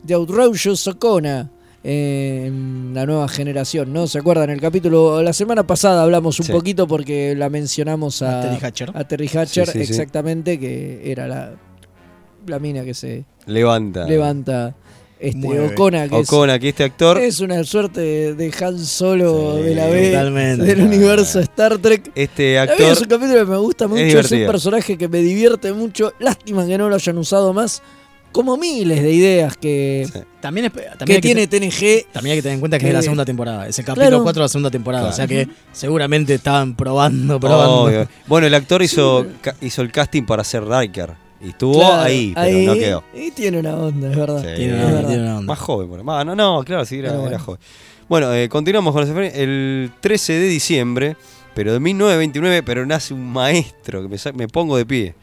The Outrageous Socona, eh, en la nueva generación, ¿no? ¿Se acuerdan? El capítulo, la semana pasada hablamos un
Sí.
poquito porque la mencionamos a,
A Terry Hatcher.
a Terry Hatcher,
Sí, sí, sí.
exactamente, que era la, la mina que se
Levanta.
levanta. Este,
Mueve.
Ocona, que es-
Ocona, que este actor-
Es una suerte de- de Han Solo de la
eh,
B
totalmente.
del universo Star Trek.
Este
La verdad
actor.
es un capítulo que me gusta mucho, es, un
divertido.
personaje que me divierte mucho. Lástima que no lo hayan usado más. Como miles de ideas que,
También,
que
hay que
tiene
te-
TNG.
También hay que tener en cuenta que es de la segunda temporada. Es el capítulo
Claro.
4 de la segunda temporada.
Claro.
O sea que seguramente estaban probando, probando.
Obvio. Bueno, el actor hizo, ca- hizo el casting para ser Riker. Y estuvo
Claro,
ahí, pero
ahí,
no quedó.
Y tiene una onda, es verdad.
Sí,
Es
era-
verdad.
Más joven, bueno. Más- no, no, claro, sí, era,
Pero
era
bueno.
joven. Bueno, eh, continuamos con los efemérides. El 13 de diciembre, pero de 1929, pero nace un maestro, que me, sa- me pongo de pie.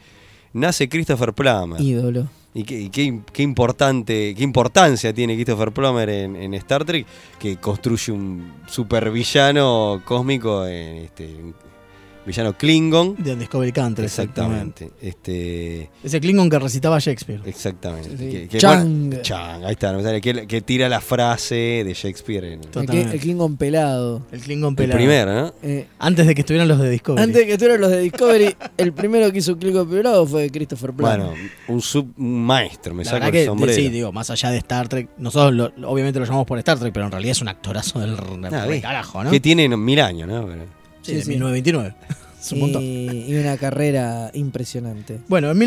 Nace Christopher Plummer.
Ídolo.
Y qué, y qué im- qué importante, qué importancia tiene Christopher Plummer en, en Star Trek, que construye un supervillano cósmico, en este, un villano Klingon.
De Discovery Country.
Exactamente. Este,
Ese Klingon que recitaba Shakespeare.
exactamente.
Sí.
Que- que-
Chang.
bueno, Chang, ahí está, no me sale, que, que tira la frase de Shakespeare en
El, Kli- el Klingon pelado.
El Klingon
el primero, ¿no?
Eh,
Antes de que estuvieran los de Discovery.
antes de que estuvieran los de Discovery, el primero que hizo un Klingon pelado fue Christopher Plummer.
Bueno, un, sub, un maestro, me
La
saco
verdad
el
que,
sombrero.
sí, digo, más allá de Star Trek, nosotros lo- lo- obviamente lo llamamos por Star Trek, pero en realidad es un actorazo del
Nada,
del
¿ves?
carajo, ¿no?
Que tiene mil años, ¿no? Pero-
Sí, de 1929. Es un
y,
montón.
y una carrera impresionante.
Bueno, en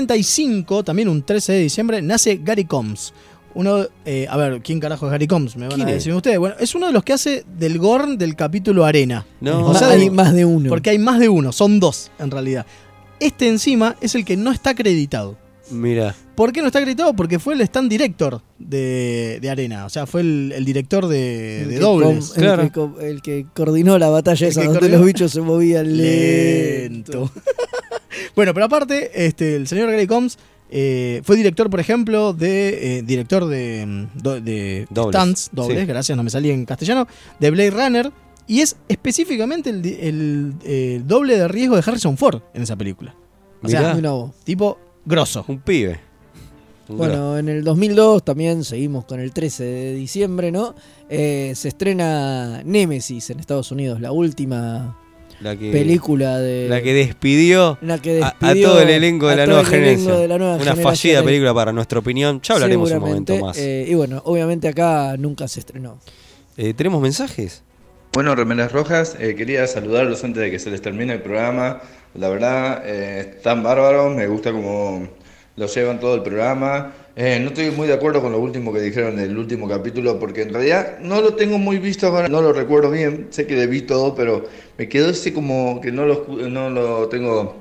1935, también un 13 de diciembre, nace Gary Combs. Uno, eh, a ver, ¿quién carajo es Gary Combs? Me van a
¿Quién es?
decir ustedes. Bueno, es uno de los que hace del Gorn del capítulo Arena.
No.
O sea,
Hay
digo,
más de uno.
Porque hay más de uno, son dos en realidad. Este encima es el que no está acreditado.
Mira,
¿Por qué no está acreditado? Porque fue el stand director de, de Arena. O sea, fue el, el director
Eh,
de,
El
de
que
dobles.
com- el, que co- el que coordinó la batalla
El
esa
que
donde
coordinó-
los bichos se movían lento.
Lento. bueno, pero aparte, este, el señor Gary Combs eh, fue director, por ejemplo, de eh, director de, mm, do- de
Dobles.
stunts, dobles,
Sí.
gracias, no me salía en castellano, de Blade Runner. Y es específicamente el, di- el, eh, doble de riesgo de Harrison Ford en esa película. O
Mirá.
sea,
Mirá vos.
tipo grosso.
un pibe. Un grosso.
Bueno, en el 2002 también seguimos con el 13 de diciembre, ¿no? Eh, se estrena Nemesis en Estados Unidos, la última
la que,
película de
la que despidió,
la que
a- a,
despidió
todo el elenco de
a
la,
todo
nueva
el elenco
generación.
de la nueva
Una
generación
fallida
ahí.
película para nuestra opinión. Ya hablaremos un
Seguramente,
momento más.
eh, y bueno, obviamente acá nunca se estrenó.
Eh, ¿Tenemos mensajes?
Bueno, Remeras Rojas, eh, quería saludarlos antes de que se les termine el programa. La verdad, eh, están bárbaros, me gusta cómo lo llevan todo el programa. Eh, no estoy muy de acuerdo con lo último que dijeron en el último capítulo, porque en realidad no lo tengo muy visto ahora, no lo recuerdo bien, sé que le vi todo, pero me quedó ese como que no lo, escu- no lo tengo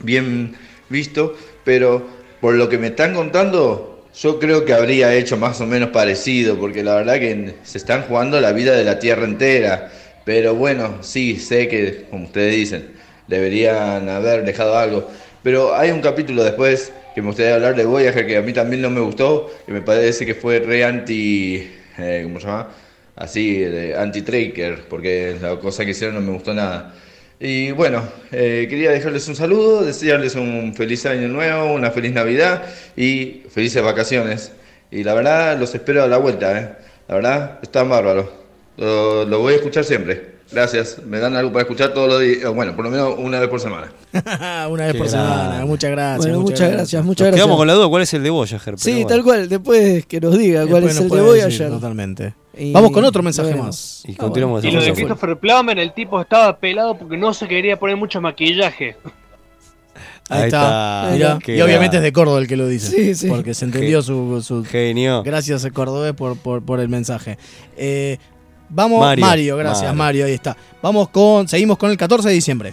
bien visto, pero por lo que me están contando, yo creo que habría hecho más o menos parecido, porque la verdad que se están jugando la vida de la Tierra entera. Pero bueno, sí, sé que, como ustedes dicen, deberían haber dejado algo. Pero hay un capítulo después que me gustaría hablar de Voyager, que a mí también no me gustó, que me parece que fue re anti... eh, ¿Cómo se llama? Así, de anti-tracker, porque la cosa que hicieron no me gustó nada. Y bueno, eh, quería dejarles un saludo, desearles un feliz año nuevo, una feliz Navidad y felices vacaciones. Y la verdad, los espero a la vuelta, ¿eh? La verdad, están bárbaros. Lo, lo voy a escuchar siempre. Gracias, me dan algo para escuchar todos los días, bueno, por lo menos una vez por semana.
Una vez
Qué
por semana.
grande.
Muchas gracias.
Bueno, muchas gracias, muchas
Nos
gracias.
Quedamos con la duda, ¿cuál es el de Voyager? Pero
Sí,
bueno.
tal cual, después que nos diga cuál
Después
es
nos
el de
puede
Voyager.
decir, Totalmente.
Y
Vamos con otro mensaje
veremos.
más.
Y continuamos
Y lo de Christopher Plummer, el tipo estaba pelado porque no se quería poner mucho maquillaje.
Ahí,
Ahí
está.
está.
Mirá,
Qué
Y obviamente
grande.
es de Córdoba el que lo dice.
Sí, sí.
Porque se entendió
Ge-
su, su-
Genio.
Gracias, Cordobés, por, por, por el mensaje. Eh, vamos, Mario,
Mario.
gracias,
Mario.
Mario, ahí está. Vamos con. Seguimos con el 14 de diciembre.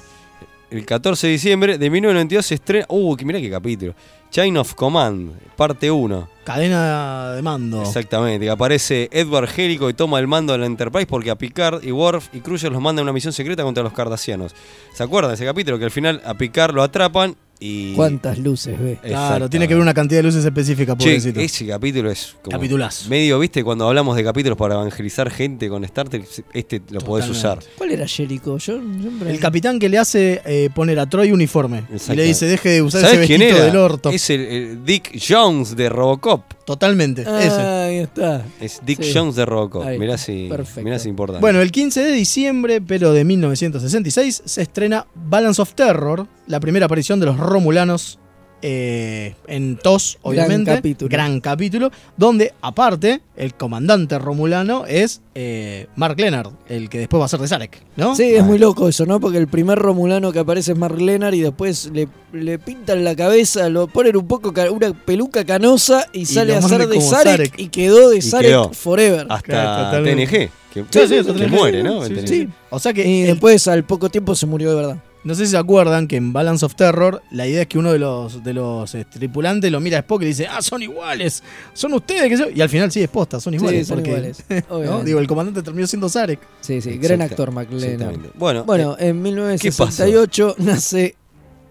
El 14 de diciembre de 1992 se estrena. Uh, que- mirá qué capítulo. Chain of Command, parte 1.
Cadena de
Oh.
mando.
Exactamente, que aparece Edward Helico y toma el mando de la Enterprise porque a Picard y Worf y Crusher los mandan a una misión secreta contra los cardasianos. ¿Se acuerdan de ese capítulo? Que al final a Picard lo atrapan y.
¿Cuántas luces ve?
Claro, tiene que ver una cantidad de luces específica,
Che,
pobrecito.
ese capítulo es como
Capitulazo.
medio, viste, cuando hablamos de capítulos para evangelizar gente con Star Trek, este lo podés usar.
¿Cuál era Jericho? Yo, siempre-
El capitán que le hace eh, poner a Troy uniforme. Y le
Exactamente.
dice, deje de usar ese
¿Sabés quién
vestido
era?
del orto.
Es el, el Dick Jones de Robocop.
Totalmente. ese.
Ahí está.
Es Dick
Sí.
Jones de Rocco.
Ahí
Mirá
está,
si,
perfecto.
mirá si importante.
Bueno, el 15 de diciembre, pero de 1966, se estrena Balance of Terror, la primera aparición de los Romulanos eh, en TOS, obviamente.
capítulo.
Gran capítulo, donde aparte el comandante Romulano es eh, Mark Leonard, el que después va a ser de Sarek, ¿no?
Sí, es muy loco eso, ¿no? Porque el primer Romulano que aparece es Mark Lennar y después le, le pintan la cabeza, lo ponen un poco ca- una peluca canosa y, sale
lo
a ser
mandan
de
como
Sarek,
Sarek. Ah,
y quedó de
Y
Sarek
quedó.
forever.
Hasta
totalmente.
TNG. Que,
Sí, sí,
que
totalmente.
muere, ¿no?
Sí,
En
sí.
TNG.
O sea que
Y
el-
después al poco tiempo se murió de verdad.
No sé si se acuerdan que en Balance of Terror la idea es que uno de los, de los eh, tripulantes lo mira a Spock y le dice, ah, son iguales, son ustedes, que yo. Y al final sí, es posta, son
Sí,
iguales.
son
porque-
iguales,
¿no?
obviamente.
Digo, el comandante terminó siendo Zarek.
Sí, sí, gran actor Mark Lennar.
Exactamente. Bueno,
eh,
en 1968 nace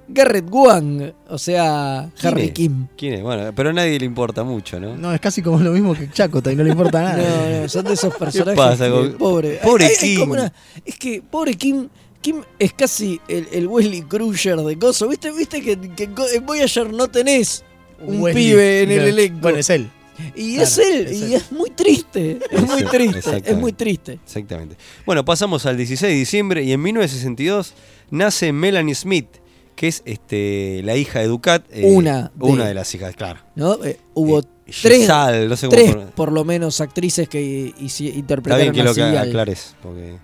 Garrett Wang, o sea,
eh, ¿Quién
Harry
es?
Kim.
¿Quién es? Bueno, pero a nadie le importa mucho, ¿no?
No, es casi como lo mismo que Chacota y no le importa nada.
No, no, son de esos personajes.
pasa
que,
con-
Pobre,
Pobre
Hay- hay- hay como
Kim.
una- es que, pobre Kim. Kim es casi el, el Wesley Crusher de Coso. ¿Viste, viste que, que en Co- en Voyager no tenés un
Wesley,
pibe en el
claro.
elenco?
Bueno, es él.
Y
Claro,
es él,
es
y
él.
es muy triste. Es muy
Eso,
triste, es
exactamente.
muy triste.
Exactamente. Bueno, pasamos al 16 de diciembre y en 1962 nace Melanie Smith, que es este, la hija de Ducat. eh,
Una de-
una de las hijas, claro.
¿no? Eh, hubo tres,
Giselle, no sé cómo
tres
pro-
por lo menos, actrices que i- hici-
Está
interpretaron
bien que lo
a
que
Sigal.
aclares, porque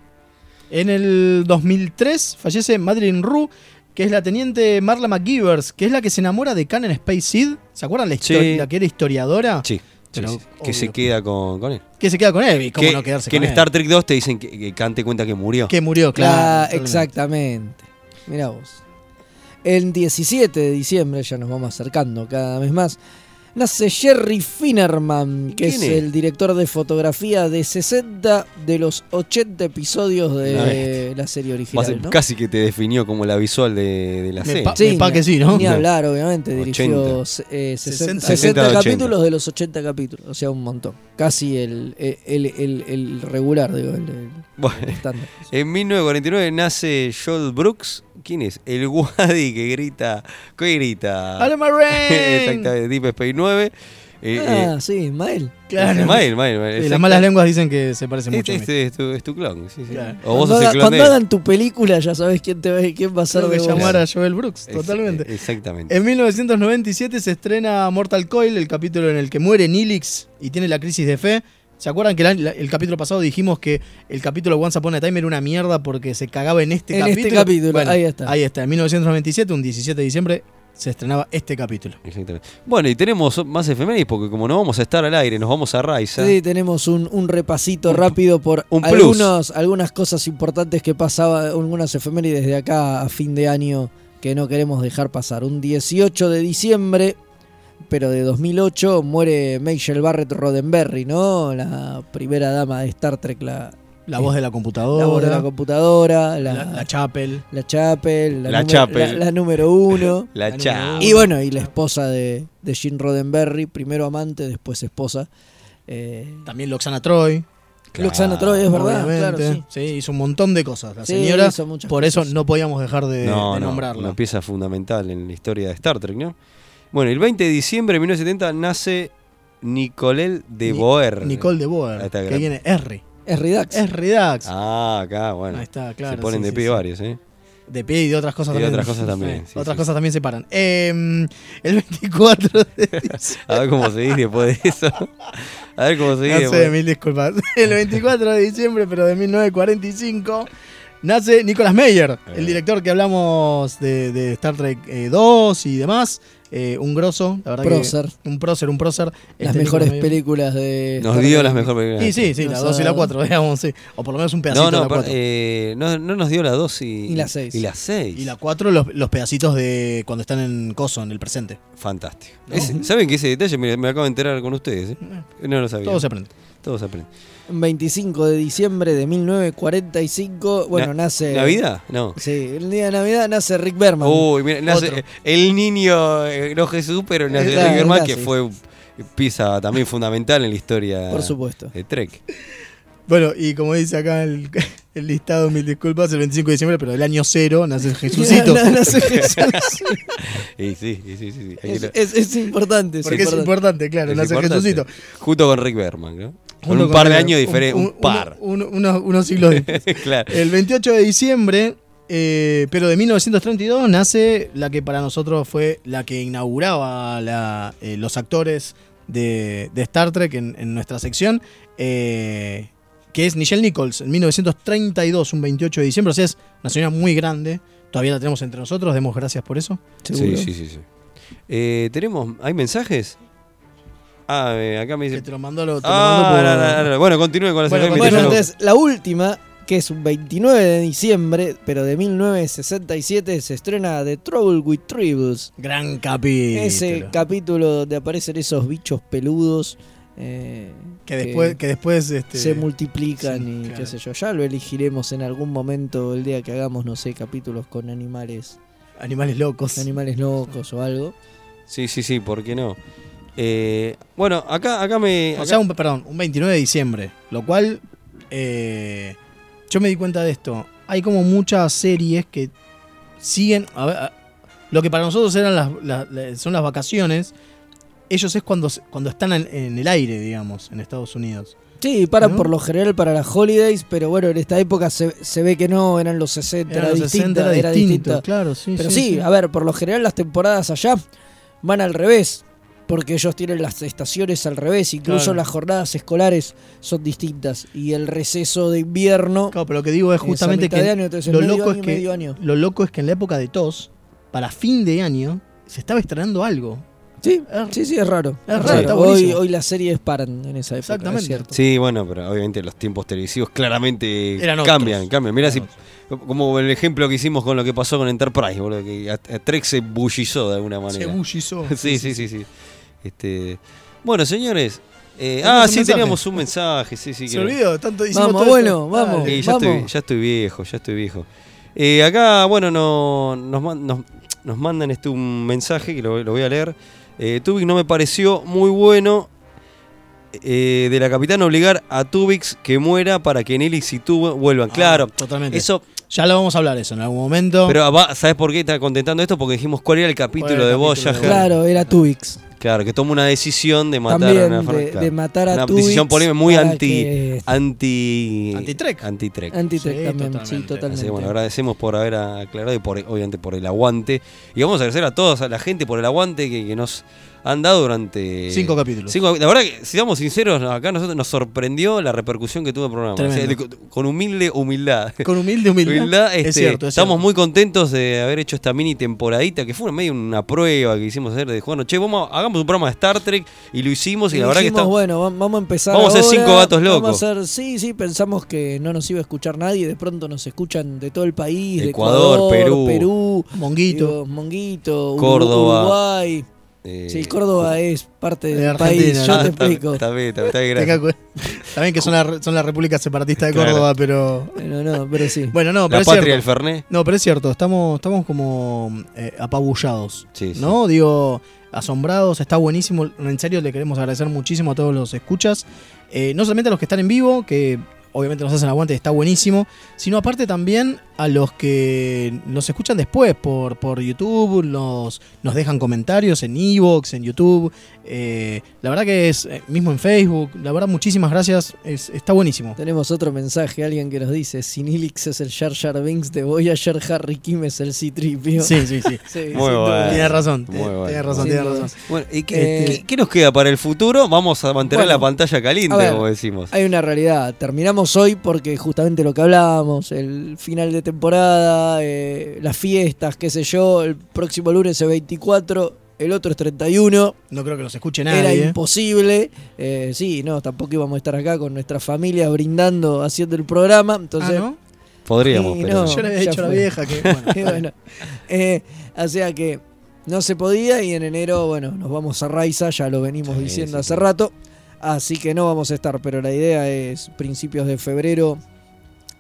En el 2003 fallece Madeline Rue, que es la teniente Marla McGivers, que es la que se enamora de Khan en Space Seed. ¿Se acuerdan la, histo-
Sí.
la que era historiadora?
Sí,
Ah, Pero,
sí, sí, que se
obvio.
queda con, con él.
Que se queda con él. ¿Y cómo
que
no quedarse
que
con
en
él?
Star Trek 2 te dicen que, que Khan te cuenta que murió.
Que murió,
Claro,
claro.
exactamente. Mirá vos. El 17 de diciembre, ya nos vamos acercando cada vez más, nace Jerry Finerman, que
¿Quién
es,
es?
el director de fotografía de 60 de los 80 episodios
Una
de
bestia.
la serie
Vas-
original. ¿no?
Casi que te definió como la visual de, de la
Me
serie.
pa- me pa- que sí, ¿no?
Ni hablar, obviamente, dirigió
80.
eh, 60,
60, 80.
capítulos de los 80 capítulos, o sea, un montón. Casi el, el- el- el regular, digo, el, el- el estándar.
En 1949 nace Joel Brooks. ¿Quién es? El Wadi que grita. ¿Qué grita?
¡Ale, Marine!
Exactamente, Deep Space 9. Eh,
ah,
eh,
sí, Mael.
Claro.
Mael, Mael, Mael,
Sí, las
exacto.
malas lenguas dicen que se parece
Este,
mucho. a mí.
este es, tu, es tu clon. sí, sí.
Claro.
O vos
cuando
sos el clon
haga-
de
cuando
él.
hagan tu película ya sabes quién te va, quién va a ser
Tengo
de
que
vos.
llamar a Joel Brooks,
Ex-
totalmente.
Exactamente.
En 1997 se estrena Mortal Coil, el capítulo en el que muere Nilix y tiene la crisis de fe. ¿Se acuerdan que la- la- el, capítulo pasado dijimos que el capítulo Once Upon a Time era una mierda porque se cagaba en este
En este
capítulo?
capítulo, ahí está.
Ahí está, en 1997, un 17 de diciembre, se estrenaba este capítulo.
Exactamente. Bueno, y tenemos más efemérides porque como no vamos a estar al aire, nos vamos a Raiza.
Sí, tenemos un, un repasito rápido por
un plus.
algunos, algunas cosas importantes que pasaba, algunas efemérides de acá a fin de año que no queremos dejar pasar. Un 18 de diciembre, pero de 2008, muere Michelle Barrett Roddenberry, ¿no? La primera dama de Star Trek, la,
La voz de la computadora,
la voz de la computadora, la,
la, la Chapel.
la Chapel, la,
La
número-
Chapel.
la- la número uno.
La chao.
Y bueno, y la esposa de, de Gene Roddenberry, primero amante, después esposa. Eh,
También Loxana Troy.
Claro.
Loxana Troy, es verdad, claro,
obviamente.
sí.
Sí, hizo un montón de cosas. La
Sí,
señora,
hizo muchas
por
cosas.
eso no podíamos dejar de,
no,
de
no,
nombrarla.
Una pieza fundamental en la historia de Star Trek, ¿no? Bueno, el 20 de diciembre de 1970 nace Nicolel de
Ni-
Boer.
Nicole de
Ahí
Boer,
está,
que
gran-
viene Erri.
Es Ridax.
Es Redax.
Ah, acá, bueno.
Ahí está, claro,
Se ponen
sí,
de
sí,
pie
sí.
varios, ¿eh?
De pie y de otras cosas
Y de
también.
otras cosas también,
Sí,
sí,
otras
sí,
cosas también se paran. Eh, el 24 de
A ver cómo seguís después de eso. A ver cómo seguís
No sé,
después.
mil disculpas. El 24 de diciembre, pero de 1945, nace Nicolas Meyer,
Eh.
el director que hablamos de, de Star Trek eh, 2 y demás. Eh, un grosso, la verdad que-
Prócer.
un prócer, un prócer.
Las
Este
mejores
Nicolas Meyer.
películas de.
Nos
Star
dio
Trek.
las mejores películas.
Sí, sí, sí, la
Nos
2 y
ha
la
dado.
4, digamos, sí. O por lo menos un pedacito
No, no,
de la
pa-
4.
eh, no, no nos dio la 2 y,
Y la seis.
Y la 6.
y la 4, los, los pedacitos de cuando están en Coso, en el presente.
Fantástico. Ese- ¿Saben que ese detalle me, me acabo de enterar con ustedes? ¿eh? No lo sabía.
Todo se aprende.
Todos aprenden.
25 de diciembre de 1945. Bueno,
Na-
nace.
¿Navidad? Uh, No.
Sí, el día de Navidad nace Rick Berman.
Uy, mira, nace
Otro.
el niño, eh, no Jesús, pero nace
Claro,
Rick Berman, que
nazi.
fue un- pieza también fundamental en la historia
Por supuesto.
de Trek.
Bueno, y como dice acá el, El listado, mil disculpas, el 25 de diciembre, pero del año cero nace Jesucito.
Na- nace Jesús.
Y sí, y sí, sí, sí. Hay
Es,
que-
es- es importante.
Porque es importante, claro,
es
nace
importante.
Jesucito.
Junto con Rick Berman, ¿no? Con
Junto
un par de
el-
años diferentes. Un, par.
un- Eh, unos, unos siglos después.
claro.
El 28 de diciembre, eh, pero de 1932, nace la que para nosotros fue la que inauguraba la- eh, los actores de, de Star Trek en, en nuestra sección, eh, que es Nichelle Nichols, en 1932, un 28 de diciembre. O sea, es una señora muy grande. Todavía la tenemos entre nosotros, demos gracias por eso.
Sí, sí, sí. sí. Eh, ¿Tenemos? ¿Hay mensajes? Ah, eh, acá me dice.
Te lo mandó, lo, te lo
Ah,
mandó por-
no, no, no, no. Bueno, continúen con las
Bueno,
efemérides,
Bueno,
yo no-
entonces, la última, que es un 29 de diciembre, pero de 1967, se estrena The Trouble with Tribbles.
Gran capítulo.
Ese capítulo donde aparecen esos bichos peludos. eh,
Que después- que después, este,
se multiplican
sí,
y
claro.
qué sé yo. Ya lo elegiremos en algún momento el día que hagamos, no sé, capítulos con animales.
Animales locos.
Animales locos o algo.
Sí, sí, sí, ¿por qué no? Eh, bueno, acá, acá me.
O
acá-
sea, un, perdón, un 29 de diciembre. Lo cual, eh, yo me di cuenta de esto. Hay como muchas series que siguen... a ver, a- lo que para nosotros eran las, las- las- son las vacaciones, ellos es cuando, se- cuando están en, en el aire, digamos, en Estados Unidos.
Sí, paran
¿No?
por lo general para las holidays, pero bueno, en esta época se, se ve que no, eran los 60,
Eran
era,
los
distinta,
60, era
era
distinto,
distinta.
claro, sí,
Pero
sí,
sí,
sí.
a ver, por lo general las temporadas allá van al revés, porque ellos tienen las estaciones al revés, incluso
Claro.
las jornadas escolares son distintas y el receso de invierno.
Claro, pero lo que digo es
a
justamente
mitad
que
de año, entonces
lo
medio
loco
año,
es que
medio año.
lo loco es que en la época de TOS, para fin de año, se estaba estrenando algo.
Sí, sí, sí, es raro.
Es
Es
raro, está
raro. Hoy,
buenísimo.
hoy las series paran en esa época.
Exactamente.
es cierto.
Sí, bueno, pero obviamente los tiempos televisivos claramente
Eran otros.
cambian, cambian. Mirá si, como el ejemplo que hicimos con lo que pasó con Enterprise, boludo, que a, a Trek se bullizó de alguna manera.
Se bullizó.
Sí, sí, sí, sí. Este, bueno, señores. eh,
Tenemos
ah,
un
sí,
mensaje.
teníamos un mensaje, sí, sí.
Se
que-
olvidó, tanto hicimos
Vamos,
todo
bueno,
esto.
vamos.
Y ya, Estoy, ya estoy viejo, ya estoy viejo. Eh, acá, bueno, no, nos, man- nos- nos mandan este un mensaje que lo, lo voy a leer. Eh, Tubix no me pareció muy bueno eh, de la capitana obligar a Tubix que muera para que Nelix y tú vuelvan. Ah, claro,
Ah, Totalmente.
Eso,
ya lo vamos a hablar eso en algún momento.
pero ah, va- ¿sabes por qué está contentando esto? Porque dijimos cuál era el capítulo
era el
de
capítulo
Voyager.
de
Claro, era Tubix.
Claro, que toma una decisión de matar
También,
a una
de- de matar a
Una
Tubix
decisión polémica muy
para
anti.
que-
anti.
Anti-Trek.
anti-Trek.
Antitrek
Sí,
también, sí,
totalmente.
totalmente.
Así que, bueno, agradecemos por haber aclarado y por, obviamente por el aguante. Y vamos a agradecer a todos, a la gente por el aguante que, que nos han dado durante...
Eh, Cinco capítulos.
Cinco- la verdad que, si somos sinceros, acá nosotros nos sorprendió la repercusión que tuvo el programa.
Tremendo.
O sea, de- con humilde humildad.
Con humilde humildad.
este,
es cierto, es
estamos
cierto.
muy contentos de haber hecho esta mini temporadita, que fue medio una prueba que hicimos hacer de Juan. Che, vamos, a- hagamos un programa de Star Trek y lo hicimos y, la verdad que
dijimos,
está...
bueno, va- vamos a empezar.
Vamos a hacer
ahora,
cinco gatos locos.
Vamos a hacer, sí, sí, pensamos que no nos iba a escuchar nadie. De pronto nos escuchan de todo el país: de
Ecuador, Perú.
Monguito.
digo, Monguito, Uru-
Córdoba.
Uruguay.
Eh,
sí, Córdoba es parte
de
del
Argentina, ¿no?
país. Yo
Ah,
te
está-
explico.
Está bien, está bien, está bien, gracias.
Tenga cu- También que son la, son la República Separatista de
Claro.
Córdoba, pero.
Bueno, no, pero sí.
Bueno, no,
La
pero es
patria
cierto.
del Fernet.
No, pero es cierto, estamos, estamos como eh, apabullados.
Sí, sí.
¿No? Digo, asombrados, está buenísimo. En serio, le queremos agradecer muchísimo a todos los escuchas. Eh, no solamente a los que están en vivo, que obviamente nos hacen aguante, está buenísimo. Sino aparte también a los que nos escuchan después por, por YouTube, nos, nos dejan comentarios en Evox, en YouTube. Eh, la verdad que es eh, mismo en Facebook. La verdad, muchísimas gracias. es- está buenísimo.
Tenemos otro mensaje, alguien que nos dice: Sinilix es el Jar Jar Binks de Voyager, Harry Kim es el C-Tripio.
Sí, sí, sí.
Sí,
Muy
sin duda.
bueno.
Tienes razón,
Muy
te-
bueno.
tienes razón,
Sin
tienes
duda.
razón.
Bueno, ¿y qué,
Eh,
qué-
Este.
qué nos queda para el futuro? Vamos a mantener la
Bueno,
pantalla caliente,
a ver,
como decimos.
Hay una realidad. Terminamos hoy porque justamente lo que hablábamos, el final de temporada, eh, las fiestas, qué sé yo, el próximo lunes es 24, el otro es 31.
No creo que los escuche
Era
nadie.
imposible. Eh, sí, no, tampoco íbamos a estar acá con nuestra familia brindando, haciendo el programa. Entonces,
Ah, ¿no?
Podríamos,
y
pero.
no.
Yo le había
ya
dicho a la
fue.
vieja que. Bueno,
Y bueno, eh, o sea que no se podía y en enero, bueno, nos vamos a Raiza, ya lo venimos
Sí,
diciendo
sí,
hace
sí.
rato. Así que no vamos a estar, pero la idea es principios de febrero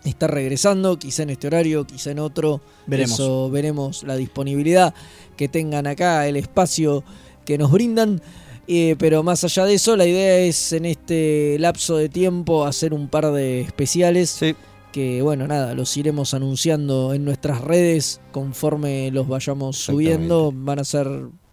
estar regresando, quizá en este horario, quizá en otro.
Veremos.
Eso veremos la disponibilidad que tengan acá, el espacio que nos brindan. Eh, pero más allá de eso, la idea es en este lapso de tiempo hacer un par de especiales
Sí,
que bueno, nada, los iremos anunciando en nuestras redes conforme los vayamos subiendo. Van a ser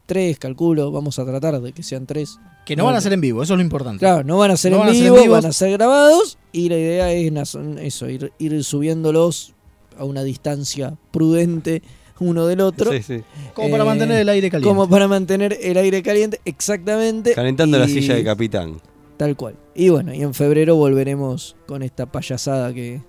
tres, calculo, vamos a tratar de que sean tres.
Que no van a ser en vivo, eso es lo importante.
Claro, no van a ser, en, vivo, van a ser grabados y la idea es nas- eso, ir, ir subiéndolos a una distancia prudente uno del otro.
Sí, sí.
Como para mantener el aire caliente. Ah,
Como para mantener el aire caliente, exactamente.
Calentando la
Y-
silla de capitán.
Tal cual. Y bueno, y en febrero volveremos con esta payasada que,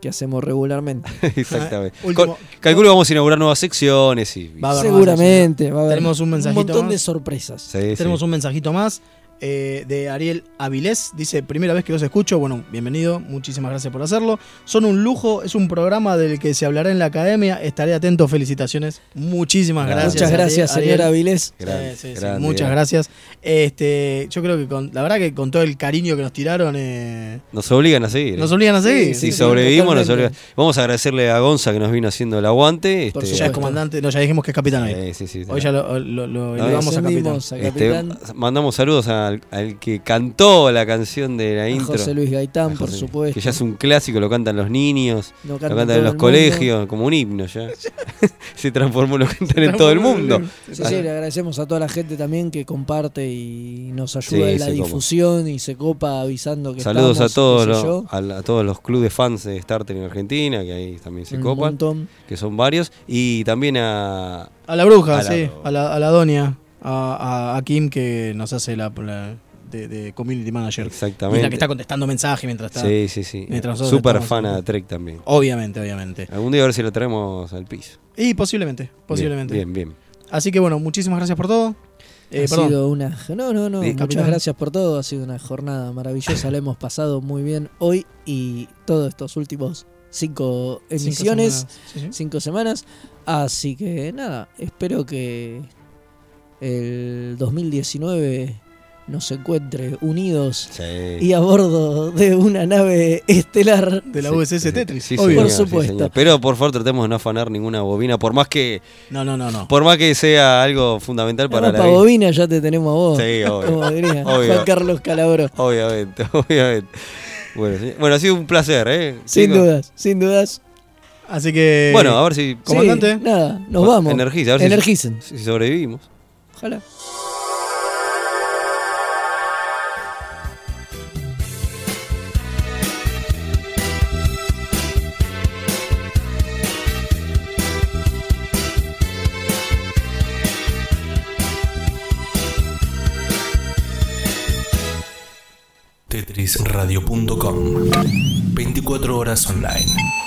que hacemos regularmente.
Exactamente.
Ah, último.
Con- calculo que vamos a inaugurar nuevas secciones y.
Va a haber más,
Seguramente,
sí.
va a haber
Tenemos un
un
mensajito
montón
más.
de sorpresas.
Sí,
Tenemos
sí.
un mensajito más eh, de Ariel Avilés. Dice, primera vez que los escucho. Bueno, bienvenido. Muchísimas gracias por hacerlo. Son un lujo. Es un programa del que se hablará en la academia. Estaré atento. Felicitaciones. Muchísimas gracias.
Muchas gracias,
Ariel.
señor Avilés.
Grande,
Sí, sí,
grande, eh.
muchas
grande.
gracias. Este, yo creo que con, la verdad que con todo el cariño que nos tiraron, eh,
Nos obligan a seguir.
Nos obligan a seguir, sí,
Si
sí,
sobrevivimos, nos
totalmente.
obligan. Vamos a agradecerle a Gonza que nos vino haciendo el aguante.
por
este, eh,
ya es comandante, no, ya dijimos que es capitán hoy.
Sí, sí, sí.
Hoy ya lo, lo-
No,
lo elevamos a capitán.
ascendimos a
Este,
capitán.
mandamos saludos al, al que cantó la canción de la
A
intro.
José Luis Gaitán,
A
por supuesto.
Que ya es un clásico, lo cantan los niños,
Lo
lo
canta
cantan,
todo
en
el
los
mundo.
colegios, como un himno ya. Se transformó, lo cantan en todo el mundo.
Sí, sí, le agradecemos a toda la gente también que comparte y nos ayuda
Sí,
en la
se copa.
difusión y se copa avisando que
Saludos
estamos,
a todos,
qué sé
los, Ah,
yo.
a, a todos los clubes fans de Star Trek en Argentina, que ahí también se
Un
copan,
montón.
que son varios, y también a...
A la bruja,
a la-
sí, a la, a la doña, a, a- a Kim que nos hace la, la- de, de community manager.
Exactamente.
Y la que está contestando mensajes mientras está.
Sí, sí, sí.
mientras nosotros
Súper
estamos-
fan a Trek también.
Obviamente, obviamente.
Algún día a ver si lo traemos al piso.
Y posiblemente, posiblemente.
Bien, bien. bien.
Así que bueno, muchísimas gracias por todo. Eh,
Ah,
ha
perdón.
sido una. No, no, no.
Sí,
muchas
capitán.
gracias por todo. Ha sido una jornada maravillosa. La hemos pasado muy bien hoy y todos estos últimos cinco emisiones,
semanas, sí, sí.
cinco semanas. Así que nada, espero que el 2019 nos encuentre unidos y a bordo de una nave estelar
De la
Sí,
USS
sí, sí.
Tetris.
Sí,
obvio.
señor,
Por
sí,
supuesto.
señor. Pero por favor tratemos de no afanar ninguna bobina, por más que
No, no, no, no.
por más que sea algo fundamental para la
Para
vida.
Bobina ya te tenemos a vos.
Sí, obvio.
Como diría
Obvio.
Juan Carlos Calabro.
Obviamente, obviamente. Bueno, sí. Bueno, ha sido un placer, ¿eh?
Sin
Chicos.
dudas, sin dudas.
Así que.
Bueno, a ver si...
Sí, Comandante. nada, nos
Bueno,
vamos.
energiza, a ver si-
Energicen.
Si, sobrevivimos.
Ojalá.
Tetrisradio.com 24 horas online.